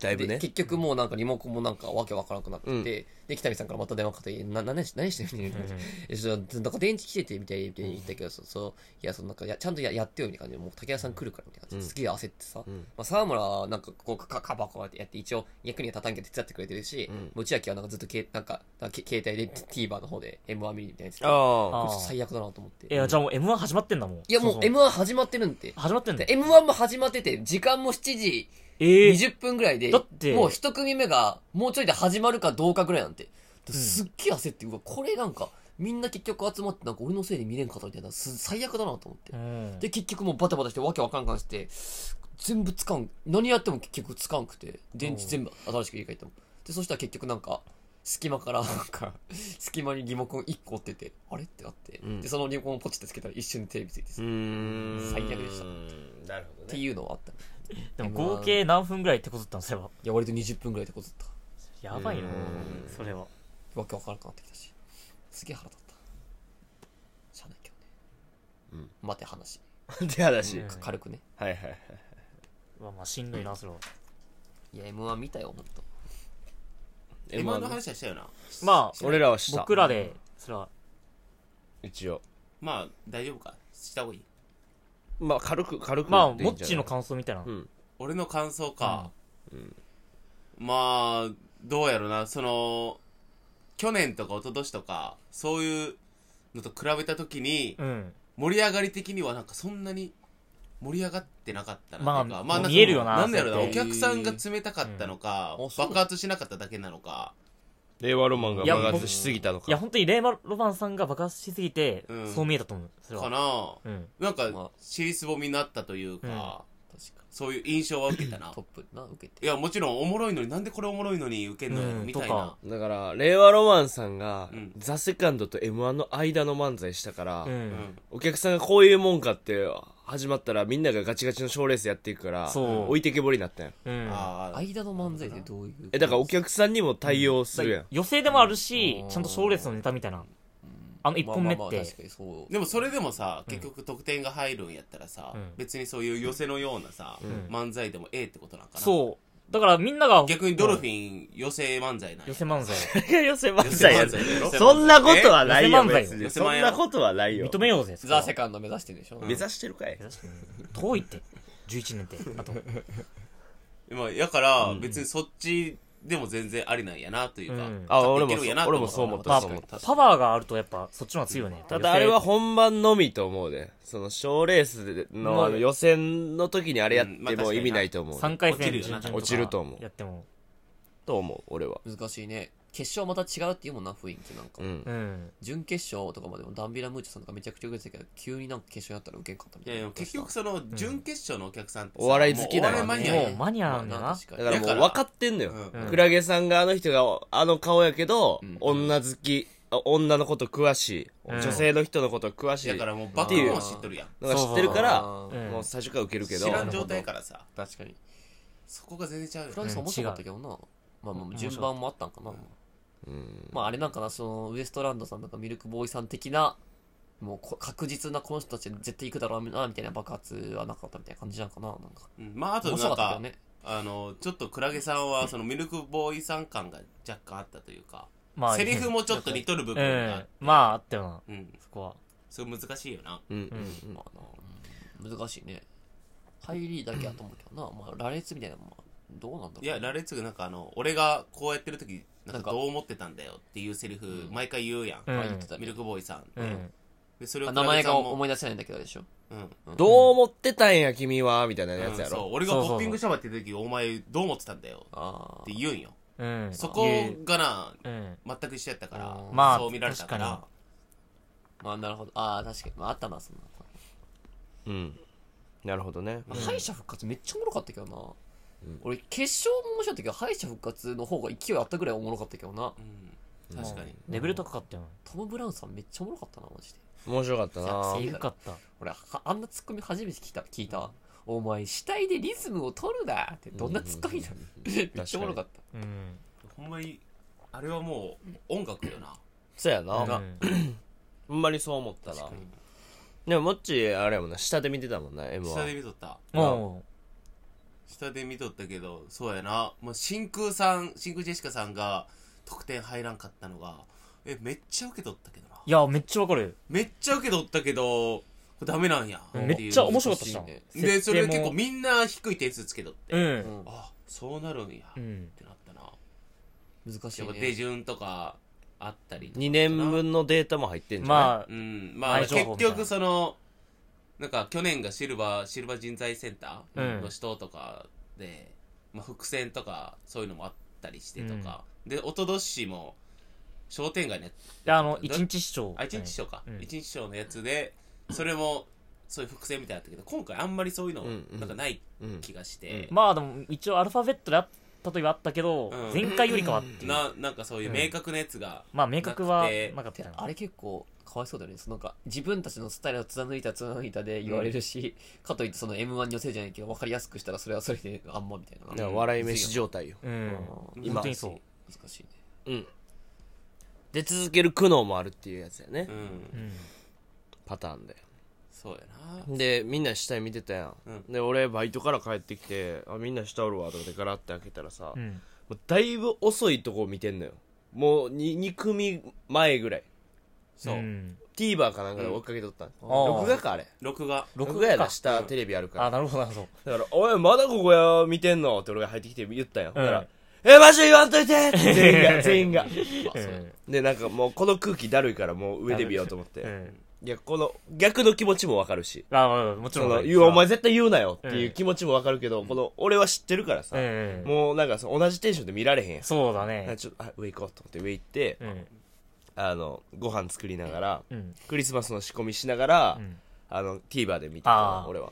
Speaker 4: だいぶ
Speaker 2: で
Speaker 4: ね。
Speaker 2: 結局もうなんかリモコンもなんかわけわからなくなってて、で北見さんからまた電話かかって「な何し何してみたいな「えちょっとなんか電池切れて」みたいに言ったけど、そうそういやそのなんかやちゃんとややってよみたいな感じでもう竹谷さん来るからみたいな感じですげえ焦ってさ、まあ、沢村はなんかこうかカバコってやって一応役には立たんけど手伝ってくれてるし、もう内秋はなんかずっとけなんかなんかけ携帯で TVer の方で m 1見るみたいなやつ
Speaker 4: あ
Speaker 3: あ
Speaker 2: これ最悪だなと思って
Speaker 3: いや、じゃあもう M1 始まってんだもん。
Speaker 2: いやもう
Speaker 3: そそ
Speaker 2: m 1始まってるんで
Speaker 3: 始まってんだ
Speaker 2: で m 1も始まってて時間も7時
Speaker 3: ええ。
Speaker 2: 20分ぐらいで、
Speaker 3: だって
Speaker 2: もう一組目が、もうちょいで始まるかどうかぐらいなんて。すっげえ焦って、うわ、これなんか、みんな結局集まって、なんか俺のせいで見れんかったみたいな、す最悪だなと思って
Speaker 3: う。ん
Speaker 2: で、結局もうバタバタして、わけわからん感じして、全部つかん、何やっても結局つかんくて、電池全部新しく入れ替えても。で、そしたら結局なんか、隙間から、なんか、隙間にリモコン1個折ってて、あれってなって、
Speaker 4: うん
Speaker 2: で、そのリモコンをポチってつけたら一瞬でテレビついてて、
Speaker 4: う
Speaker 2: っ
Speaker 4: ーん
Speaker 2: 最悪でした
Speaker 4: なるほど
Speaker 2: て
Speaker 4: ね
Speaker 2: いうのはあったね。
Speaker 3: でも合計何分ぐらい手こずったのそうい
Speaker 2: いや、割と20分ぐらいでこずった。
Speaker 3: えばやばいよ
Speaker 4: うん
Speaker 3: それは
Speaker 2: わけわからなくなってきたし。すげえ腹立った。しゃあないけどね。
Speaker 4: うん
Speaker 2: 待て話。
Speaker 4: って話、
Speaker 3: うん
Speaker 4: はい
Speaker 2: 軽くね。
Speaker 4: はいはい
Speaker 3: まあまあしんどいなそれはい
Speaker 2: や、M1 見たよ、ほんと。
Speaker 5: M1
Speaker 4: M1
Speaker 5: の話はしたよな
Speaker 3: まあ
Speaker 4: 俺らはした
Speaker 3: 僕らでそれは
Speaker 4: 一応
Speaker 5: まあ大丈夫かした方がいい
Speaker 4: まあ軽く軽く
Speaker 3: まあ
Speaker 4: でいい
Speaker 3: モ
Speaker 4: ん
Speaker 3: ッ
Speaker 4: じゃ
Speaker 3: チー
Speaker 4: ない
Speaker 3: の感想みたいな
Speaker 4: うん
Speaker 5: 俺の感想か、まあどうやろなその去年とか一昨年とかそういうのと比べた時に
Speaker 3: うん
Speaker 5: 盛り上がり的にはなんかそんなに盛り上がってなかったな
Speaker 3: まあ
Speaker 5: ていうか
Speaker 3: 見えるよな
Speaker 5: なんだろうな
Speaker 3: そう
Speaker 5: お
Speaker 3: やって
Speaker 5: 客さんが冷たかったのか、
Speaker 2: うんあそう
Speaker 5: 爆発しなかっただけなのか
Speaker 4: 令和ロマンが
Speaker 3: いや
Speaker 4: 爆発しすぎたのか
Speaker 3: いや本当にレイマロマンさんが爆発しすぎて
Speaker 5: うん
Speaker 3: そう見えたと思うそれ
Speaker 5: か
Speaker 3: は
Speaker 5: な
Speaker 3: うん
Speaker 5: なん
Speaker 2: まあ
Speaker 5: か尻すぼみになったというか、
Speaker 3: うん
Speaker 2: 確か
Speaker 5: そういう印象は受けたな
Speaker 2: に。トップな、受け
Speaker 5: い
Speaker 2: て。
Speaker 5: やもちろんおもろいのになんでこれおもろいのに受けんのやろ、
Speaker 3: うん
Speaker 5: みた
Speaker 3: と
Speaker 5: いな
Speaker 3: か
Speaker 4: だから令和ロマンさんが、
Speaker 5: うん
Speaker 4: ザ・セカンドと m 1の間の漫才したから、
Speaker 3: う
Speaker 5: うんん
Speaker 4: お客さんがこういうもんかって始まったらみんながガチガチの賞ーレースやっていくから
Speaker 3: そう
Speaker 4: 置いてけぼりになったんや
Speaker 3: うん
Speaker 5: ああ
Speaker 2: 間の漫才ってどういう。
Speaker 4: えだからお客さんにも対応するやん、
Speaker 3: 予選でもあるし
Speaker 2: うん
Speaker 3: ちゃんと賞レースのネタみたいなあの1本目っ
Speaker 2: まあまあまあ確
Speaker 3: て
Speaker 2: かにそう。
Speaker 5: でもそれでもさ結局得点が入るんやったらさ、
Speaker 3: うん
Speaker 5: 別にそういう寄せのようなさ、
Speaker 3: ん
Speaker 5: 漫才でもええってことなんかな
Speaker 3: そうだからみんなが
Speaker 5: 逆にドルフィン寄せ漫才なんや
Speaker 3: 寄せ漫才
Speaker 4: 寄せ漫
Speaker 5: 才やで
Speaker 4: そんなことはないよ
Speaker 3: 寄せ漫才
Speaker 4: 別に
Speaker 5: 寄せ
Speaker 4: そ
Speaker 5: 漫
Speaker 4: ん
Speaker 5: や
Speaker 4: なことはないよ
Speaker 3: 認めようぜそこは
Speaker 2: ザ・セカンド目指してるんでしょ
Speaker 4: 目指してるかい
Speaker 3: 遠いって11年ってあと
Speaker 5: まあやから別にそっちでも全然ありなんやなというか、
Speaker 3: うん
Speaker 4: あ俺
Speaker 5: い
Speaker 4: も
Speaker 5: けるんやなと
Speaker 4: 俺もそう思った
Speaker 3: まあ
Speaker 4: そう思った
Speaker 3: パワーがあるとやっぱそっちの方が強いね
Speaker 4: ただあれは
Speaker 3: 寄
Speaker 4: 本番のみと思うでその賞ーレース
Speaker 3: ま
Speaker 4: の
Speaker 3: あ
Speaker 4: あの予選の時にあれやっ
Speaker 5: うんまあ
Speaker 4: て
Speaker 5: 確
Speaker 4: も
Speaker 5: か
Speaker 4: 意
Speaker 5: にな
Speaker 4: 味ないと思う
Speaker 3: せ
Speaker 4: で
Speaker 3: 3回戦
Speaker 5: 落ちるよな
Speaker 3: 準々
Speaker 4: 落ちると思う
Speaker 3: やっても
Speaker 4: と思う俺は
Speaker 2: 難しいね。決勝また違うっていうもんな、雰囲気なんか
Speaker 4: う。ん
Speaker 3: うん
Speaker 2: 準決勝とかまでもダンビラムーチョさんとかめちゃくちゃ受けてたけど、急になんか決勝やったら受けんかったみ
Speaker 5: い
Speaker 2: た
Speaker 5: や
Speaker 2: い
Speaker 5: い
Speaker 2: な。
Speaker 5: や結局その準決勝のお客さんってさ
Speaker 4: お笑い好きだよね
Speaker 5: もうお笑いマニア
Speaker 3: も
Speaker 5: や
Speaker 3: うんマニアなんだ
Speaker 2: まあ
Speaker 3: な
Speaker 2: 確か
Speaker 4: だ
Speaker 2: に
Speaker 4: からもう
Speaker 5: だから
Speaker 4: 分かってんのよ、
Speaker 5: うん
Speaker 3: うん
Speaker 4: クラゲさんがあの人があの顔やけど、女好きあ女のこと詳しい、
Speaker 3: ん
Speaker 4: 女性の人のこと詳しい
Speaker 5: だからもうバカも知っとるやん
Speaker 4: のが知ってるから
Speaker 2: あー
Speaker 3: うん
Speaker 4: もう最初から受けるけど
Speaker 5: 知らん状態からさ
Speaker 2: 確かに。
Speaker 5: そこが全然ちゃうよ
Speaker 2: フランス面白かったけどな。まあまあ、順番もあったんかな。まあ、あれなんかな、その、ウエストランドさんとかミルクボーイさん的な、もうこ確実なこの人たち絶対行くだろうな、みたいな爆発はなかったみたいな感じなんかな。なんか。
Speaker 5: うんまああと
Speaker 2: 面
Speaker 5: な
Speaker 2: 白
Speaker 5: ん
Speaker 2: かった
Speaker 5: か
Speaker 2: よね。
Speaker 5: あのちょっとクラゲさんはそのミルクボーイさん感が若干あったというか、
Speaker 3: まあ
Speaker 5: セリフもちょっと似とる部
Speaker 3: う
Speaker 5: 分があっ
Speaker 3: ん
Speaker 5: て、
Speaker 3: まああったよな
Speaker 5: うん
Speaker 3: そこは
Speaker 5: それ難しいよな
Speaker 4: うんうんうん
Speaker 2: まあな難しいね。入りだけやと思うけどな。まあ、羅列みたいなのも、どうなんだろう。
Speaker 5: いや羅列がなんかあの俺がこうやってる時な
Speaker 2: なんん
Speaker 5: か
Speaker 2: か
Speaker 5: どう思ってたんだよっていうセリフ毎回言うやん、
Speaker 3: うん
Speaker 2: あ言ってたね
Speaker 5: ミルクボーイさんって、
Speaker 3: うん
Speaker 5: でそれを
Speaker 2: あ
Speaker 5: クラ
Speaker 2: 名
Speaker 5: ゲ
Speaker 2: 前
Speaker 5: さ
Speaker 2: が
Speaker 5: んも
Speaker 2: 思い出せないんだけどでしょ。
Speaker 5: うん
Speaker 4: どう思ってたんや君はみたいなやつや
Speaker 5: うんそう
Speaker 4: ろ、
Speaker 5: 俺が
Speaker 3: そうそうそう
Speaker 5: ポッピングシャワーって言った時お前どう思ってたんだよ
Speaker 2: ああ
Speaker 5: って。言うんよ
Speaker 3: うん
Speaker 5: そこがな
Speaker 3: うん
Speaker 5: 全く一緒やったから
Speaker 2: うん
Speaker 3: まあ
Speaker 5: そう見られたから
Speaker 3: 確か
Speaker 2: まあ、なるほど。ああ、確かに。まあ、あったな、そんな。
Speaker 4: うん、なるほどね、
Speaker 2: 敗者復活めっちゃおもろかったけどな、俺決勝も面白かったけど敗者復活の方が勢いあったぐらいおもろかったけどな
Speaker 5: うん確かに
Speaker 3: レベル高かったよ
Speaker 2: トム・ブラウンさんめっちゃおもろかったなマジで
Speaker 4: 面白かったな
Speaker 3: えぐかった
Speaker 2: 俺はあんなツッコミ初めて聞いた聞いた、お前死体でリズムを取るなってどんなツッコミだ、めっちゃおもろかった
Speaker 3: うん
Speaker 5: ほんまにあれはもう音楽よな
Speaker 4: そうや
Speaker 3: う
Speaker 4: な、
Speaker 3: ん
Speaker 4: ほんまにそう思ったなでももっちあれやもんな下で見てたもんな M
Speaker 5: 下
Speaker 4: は
Speaker 5: で見とった
Speaker 3: も
Speaker 5: 下で見とったけどそうやな、まあ、真空さん真空ジェシカさんが得点入らんかったのがえめっちゃ受け取ったけどな
Speaker 3: ういやめっちゃわかる
Speaker 5: めっちゃ受け取ったけどこれダメなんや
Speaker 3: うん
Speaker 5: っていう
Speaker 3: めっちゃ面白かったしな
Speaker 2: 難し
Speaker 5: でそれ
Speaker 3: 設定
Speaker 5: 結
Speaker 3: も
Speaker 5: 構みんな低い点数つけとって、
Speaker 3: うん
Speaker 5: あそうなるんや、
Speaker 3: う
Speaker 5: っ
Speaker 3: ん
Speaker 5: てなったな
Speaker 2: 難しい
Speaker 5: やっぱ手
Speaker 2: ね
Speaker 5: 順とかあったりとか
Speaker 4: 2年分のデータも入ってんじゃない、
Speaker 3: まあ
Speaker 5: うんまあ
Speaker 3: 前情報
Speaker 5: 結
Speaker 3: みたいな
Speaker 5: 局そのなんか去年がシルバーシルバー人材センターの人とかで、まあ、伏線とかそういうのもあったりしてとか、でおととしも商店街のやつ
Speaker 3: であの一日市長
Speaker 5: あ一日ショーか、
Speaker 3: うん
Speaker 5: 一日ショーのやつでそれもそういう伏線みたいなのあったけど今回あんまりそういうの
Speaker 4: うんうん
Speaker 5: なんかない
Speaker 4: うん
Speaker 5: 気がして、
Speaker 4: うん
Speaker 3: まあでも一応アルファベットであっ例えばあったけど、
Speaker 5: うん
Speaker 3: 前回よりかはっていう
Speaker 5: ななんかそういう明確なやつが、
Speaker 3: まあ明確はな
Speaker 5: な
Speaker 3: かった
Speaker 2: て
Speaker 3: よ
Speaker 2: あれ結構かわいそうだよねそのなんか自分たちのスタイルを貫いた貫いたで言われるし、かといってその m 1に寄せじゃないけど分かりやすくしたらそれはそれであんまみたいな
Speaker 4: だから笑い飯状態よ。
Speaker 3: うん
Speaker 2: うん
Speaker 3: 本当にそう
Speaker 2: 難しい
Speaker 4: う
Speaker 2: ね
Speaker 4: ん。で、続ける苦悩もあるっていうやつやね
Speaker 5: う。ん
Speaker 3: うん
Speaker 4: パターンで。
Speaker 5: そうやな
Speaker 4: で、みんな下に見てたやん。で、俺、バイトから帰ってきて、あ、みんな下おるわ、とかでガラって開けたらさ、
Speaker 3: うん
Speaker 4: もうだいぶ遅いとこ見てんのよ。もう2、二組前ぐらい。
Speaker 5: そう、
Speaker 3: ん
Speaker 4: TVer かなんかで追っかけとったん。
Speaker 3: ー
Speaker 4: 録画か、あれ。
Speaker 5: 録画
Speaker 4: 録画や
Speaker 3: 録
Speaker 4: な、
Speaker 3: 画か
Speaker 4: 下テレビあるから
Speaker 3: あ。なるほどなるほ
Speaker 4: だから、おい、まだここや、見てんのって俺が入ってきて言ったんよ。
Speaker 3: うん
Speaker 4: だから、え、マジで言わんといてって全員が、全員が。
Speaker 2: あそう
Speaker 3: ど
Speaker 2: やね
Speaker 4: で、なんかもう、この空気だるいから、もう上で見ようと思っ
Speaker 3: う
Speaker 4: て。
Speaker 3: ん
Speaker 4: いや、この、逆の気持ちもわかるし。
Speaker 3: あまあもちろ
Speaker 4: そ
Speaker 3: ん
Speaker 4: の、
Speaker 3: ね
Speaker 4: 言う、お前
Speaker 3: そ
Speaker 4: 絶対言うなよっていう気持ちもわかるけど、この、俺は知ってるからさ、
Speaker 3: れはうん
Speaker 4: もうなんかその、同じテンションで見られへんやん。
Speaker 3: そうだ
Speaker 4: あ
Speaker 3: ね
Speaker 4: ちょっと、あ、上行こうと思って、上行って、
Speaker 3: うん
Speaker 4: あの、ご飯作りながら、
Speaker 3: うん
Speaker 4: クリスマスの仕込みしながら、
Speaker 3: うん
Speaker 4: あの TVer で見てた
Speaker 3: あ
Speaker 4: な
Speaker 3: ー
Speaker 4: 俺は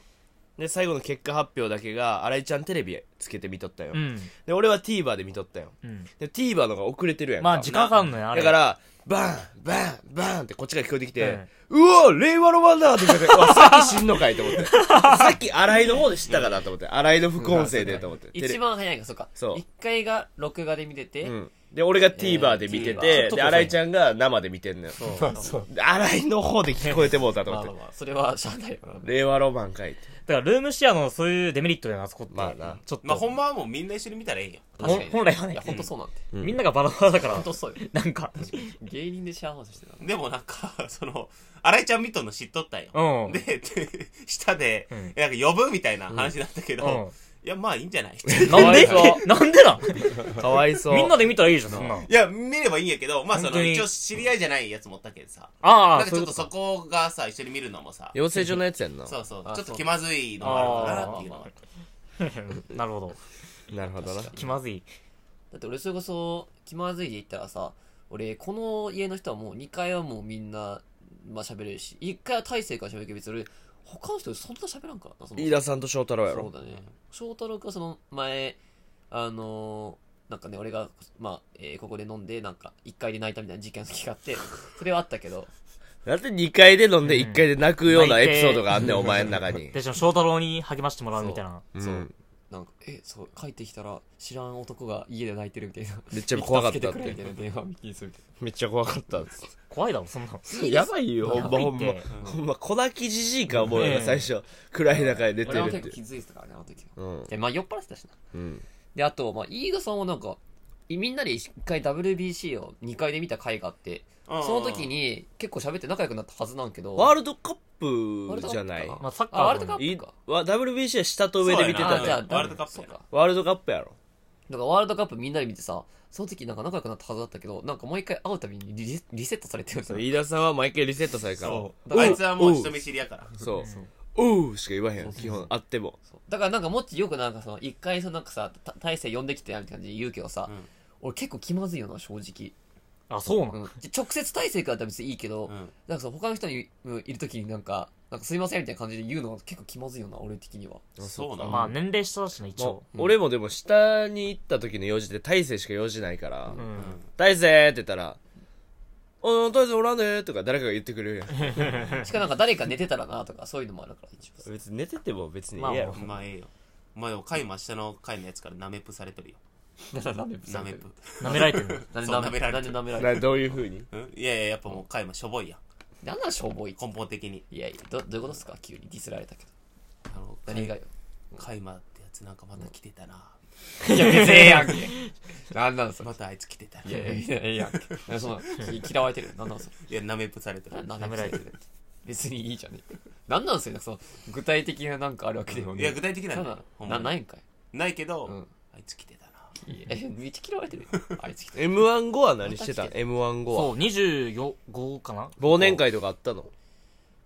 Speaker 4: で最後の結果発表だけが新井ちゃんテレビつけて見とったよ、
Speaker 3: うん
Speaker 4: で俺は TVer で見とったよ
Speaker 3: うん
Speaker 4: で TVer のが遅れてるやんか
Speaker 3: まあ時間かかんのよあれ
Speaker 4: だからバンバンバンってこっちが聞こえてきて、
Speaker 3: うん
Speaker 4: うお令和のワンダーって聞こえてうわ さっき死んのかいと思ってさっき新井の方で知ったかなと思って新井の副音声でと思って、テレ
Speaker 2: 一番早いがそうか
Speaker 4: そう
Speaker 2: 一回が録画で見てて、
Speaker 4: うんで俺が TVer で見てて、
Speaker 2: TVer
Speaker 4: で新井ちゃんが生で見てんのよ
Speaker 3: そう
Speaker 4: で新井の方で聞こえてもうたと
Speaker 2: ま
Speaker 4: 思
Speaker 2: あ
Speaker 4: っ
Speaker 2: ま
Speaker 4: て
Speaker 2: あまあそれはしゃあないよな
Speaker 4: 令和ロマンかいって
Speaker 3: だからルームシェアのそういうデメリットだよなあそこって
Speaker 4: まあな
Speaker 3: ちょっと
Speaker 5: まあほんまはもうみんな一緒に見たらええんよ
Speaker 2: 確かに
Speaker 3: 本来はね
Speaker 2: いや本当そうなんて
Speaker 4: うん
Speaker 3: みんながバラバラだか
Speaker 2: 本
Speaker 3: ら
Speaker 2: 当そうよ
Speaker 3: なんか
Speaker 2: 芸人でシェアハウスしてた
Speaker 5: でもなんか その新井ちゃん見とんの知っとったんよ
Speaker 3: うん
Speaker 5: でで下で、
Speaker 3: うん
Speaker 5: なんか呼ぶみたいな話だったけど、
Speaker 3: うん
Speaker 5: いやまあいいんじゃ ない
Speaker 3: なんで
Speaker 4: かわいそ
Speaker 3: なんでなん
Speaker 4: かわいそう
Speaker 3: みんなで見たらいいじゃんそんなん
Speaker 5: いや見ればいいんやけどまあそ
Speaker 3: 本
Speaker 5: の
Speaker 3: 当に
Speaker 5: 一応知り合いじゃないやつもおったけどさ
Speaker 3: あ
Speaker 5: なん
Speaker 3: あ
Speaker 5: か
Speaker 3: そう
Speaker 5: ち
Speaker 3: い
Speaker 5: ょっ
Speaker 3: う
Speaker 5: と
Speaker 3: こと
Speaker 5: そこがさ一緒に見るのもさ
Speaker 4: 養成所のやつやんな
Speaker 5: そうそう
Speaker 2: あ
Speaker 5: ちょっと
Speaker 2: そう
Speaker 5: 気まずいのもあるかなっていうのは
Speaker 3: か なるほど
Speaker 4: なるほどな
Speaker 3: 気まずい
Speaker 2: だって俺それこそ気まずいで言ったらさ俺この家の人はもう2階はもうみんなまあ喋れるし1階は大勢から喋るけど別に俺他の人そんな喋らんからなその
Speaker 4: 飯田さんと翔太郎や
Speaker 2: そう
Speaker 4: ろ
Speaker 2: だね翔太郎君はその前あのーなんかね俺が、まあえーここで飲んでなんか1階で泣いたみたいな事件の時があってそれはあったけど
Speaker 4: だって2階で飲んで
Speaker 3: うん
Speaker 4: 1階で泣くような
Speaker 3: 泣
Speaker 4: エ
Speaker 3: いて
Speaker 4: ピソードがあんねんお前の中 に
Speaker 3: でしょ翔太郎に励ましてもらうみたいな
Speaker 4: う
Speaker 2: そ
Speaker 4: ん
Speaker 2: うなんかえそう帰ってきたら知らん男が家で泣いてるみたいな
Speaker 4: めっちゃ怖かったっ
Speaker 2: 助けてくれ
Speaker 4: て
Speaker 2: みたいな電話見聞いするみたいな
Speaker 4: めっちゃ怖かったっつっ
Speaker 3: 怖いだろそんなの
Speaker 4: てやばいよほんまほん
Speaker 3: やばい
Speaker 4: ま
Speaker 3: って
Speaker 4: ほんま小泣きじじいか思うよ
Speaker 3: う
Speaker 4: なん最初暗い中で寝て
Speaker 2: 俺
Speaker 4: る
Speaker 2: は
Speaker 4: っ
Speaker 2: 結構
Speaker 4: て
Speaker 2: 気づいてたからねあの時は
Speaker 4: うん
Speaker 2: でまあ酔っ払ってたしな
Speaker 4: うん
Speaker 2: で、あと、まあ、飯田さんはなんか、いみんなで一回 WBC を2回で見た回があって、
Speaker 5: うん
Speaker 2: その時に結構喋って仲良くなったはずなんけど、
Speaker 4: ワー
Speaker 2: ル
Speaker 4: ルドカップじゃない
Speaker 2: ワールドカップか
Speaker 3: まあサッカー
Speaker 2: あ
Speaker 3: は
Speaker 2: ワールドカ
Speaker 4: い
Speaker 2: ップか。
Speaker 4: わ WBC は下と上で見て
Speaker 5: そうや
Speaker 4: た
Speaker 5: な
Speaker 2: あ、じゃあ、
Speaker 5: ワールドカップ
Speaker 2: そうか。
Speaker 4: ワールドカップやろ
Speaker 2: だからワールドカップみんなで見てさ、その時なんか仲良くなったはずだったけど、なんかもう一回会うたびにリリリセットされてるんですよ。
Speaker 4: 飯田さんは毎回リセットされるから
Speaker 5: そうあいつはもう人見知りやから
Speaker 4: そうおうしか言わへん基本あっても
Speaker 2: そうだからなんかもっちよくなんかその、一回そのなんかさ、た大勢呼んできてやみたいな感じで言うけどさ、
Speaker 5: うん
Speaker 2: 俺結構気まずいよな、正直。
Speaker 3: あそうなの
Speaker 2: うん、じ直接大勢からだったら別にいいけど、
Speaker 5: うん
Speaker 2: なんかその他の人にうんいるときになんか、なんかすいませんみたいな感じで言うのが結構気まずいよな、俺的には。
Speaker 5: そうなの
Speaker 3: まあ年齢下だしね一
Speaker 4: まあ
Speaker 3: 応
Speaker 4: 俺もでも下に行った時の用事って大勢しか用事ないから
Speaker 3: う
Speaker 5: うんん
Speaker 4: 「大勢!」って言ったら「うん大勢おらんね」とか誰かが言ってくれるやん
Speaker 2: しかもなんか誰か寝てたらなとかそういうのもあるから、一 応。
Speaker 4: 別に寝てても別に
Speaker 3: まあ
Speaker 4: いいやろ
Speaker 5: まあええよまあでも回も明日の回のやつからナメプされてるよ
Speaker 2: なめ
Speaker 5: ナメプ
Speaker 3: 舐められてるの
Speaker 2: なんで
Speaker 5: そ
Speaker 2: な
Speaker 5: う舐め
Speaker 2: め
Speaker 5: ら
Speaker 2: ら
Speaker 5: れ
Speaker 2: れて
Speaker 5: てる
Speaker 2: るなんでなめら
Speaker 4: な
Speaker 2: れてる
Speaker 4: どういうふうに
Speaker 5: うんいやいややっぱもう回もしょぼいやん
Speaker 2: なんなんしょぼいって
Speaker 5: 根本的に
Speaker 2: いやいや、どどういうことですか急にディスられたけど。
Speaker 5: あの
Speaker 2: 何がよ。
Speaker 5: カイマってやつなんかまた来てたな、
Speaker 2: いや、別にええやんけ。なんなんそれ。
Speaker 5: またあいつ来てたない
Speaker 2: やいやいや、ええやんけ。なんかその嫌われてる。なんなんそれ。
Speaker 5: いやなめプされてる
Speaker 2: な
Speaker 3: 舐められてる
Speaker 2: 別にいいじゃねえか。なんなんすよ、なんかその具体的ななんかあるわけでもね。
Speaker 5: いや具体的な
Speaker 2: た
Speaker 5: ん
Speaker 2: だ
Speaker 5: だほん
Speaker 2: な
Speaker 5: まに
Speaker 2: ないんかい。
Speaker 5: ないけど、
Speaker 2: うん
Speaker 5: あいつ来てたない
Speaker 2: やえめっちゃ嫌われてるよあいつ 来て
Speaker 4: m 1後は何してた
Speaker 2: ま
Speaker 4: ん
Speaker 2: た来
Speaker 4: m 1後は
Speaker 3: そう25かな
Speaker 4: 忘年会とかあったの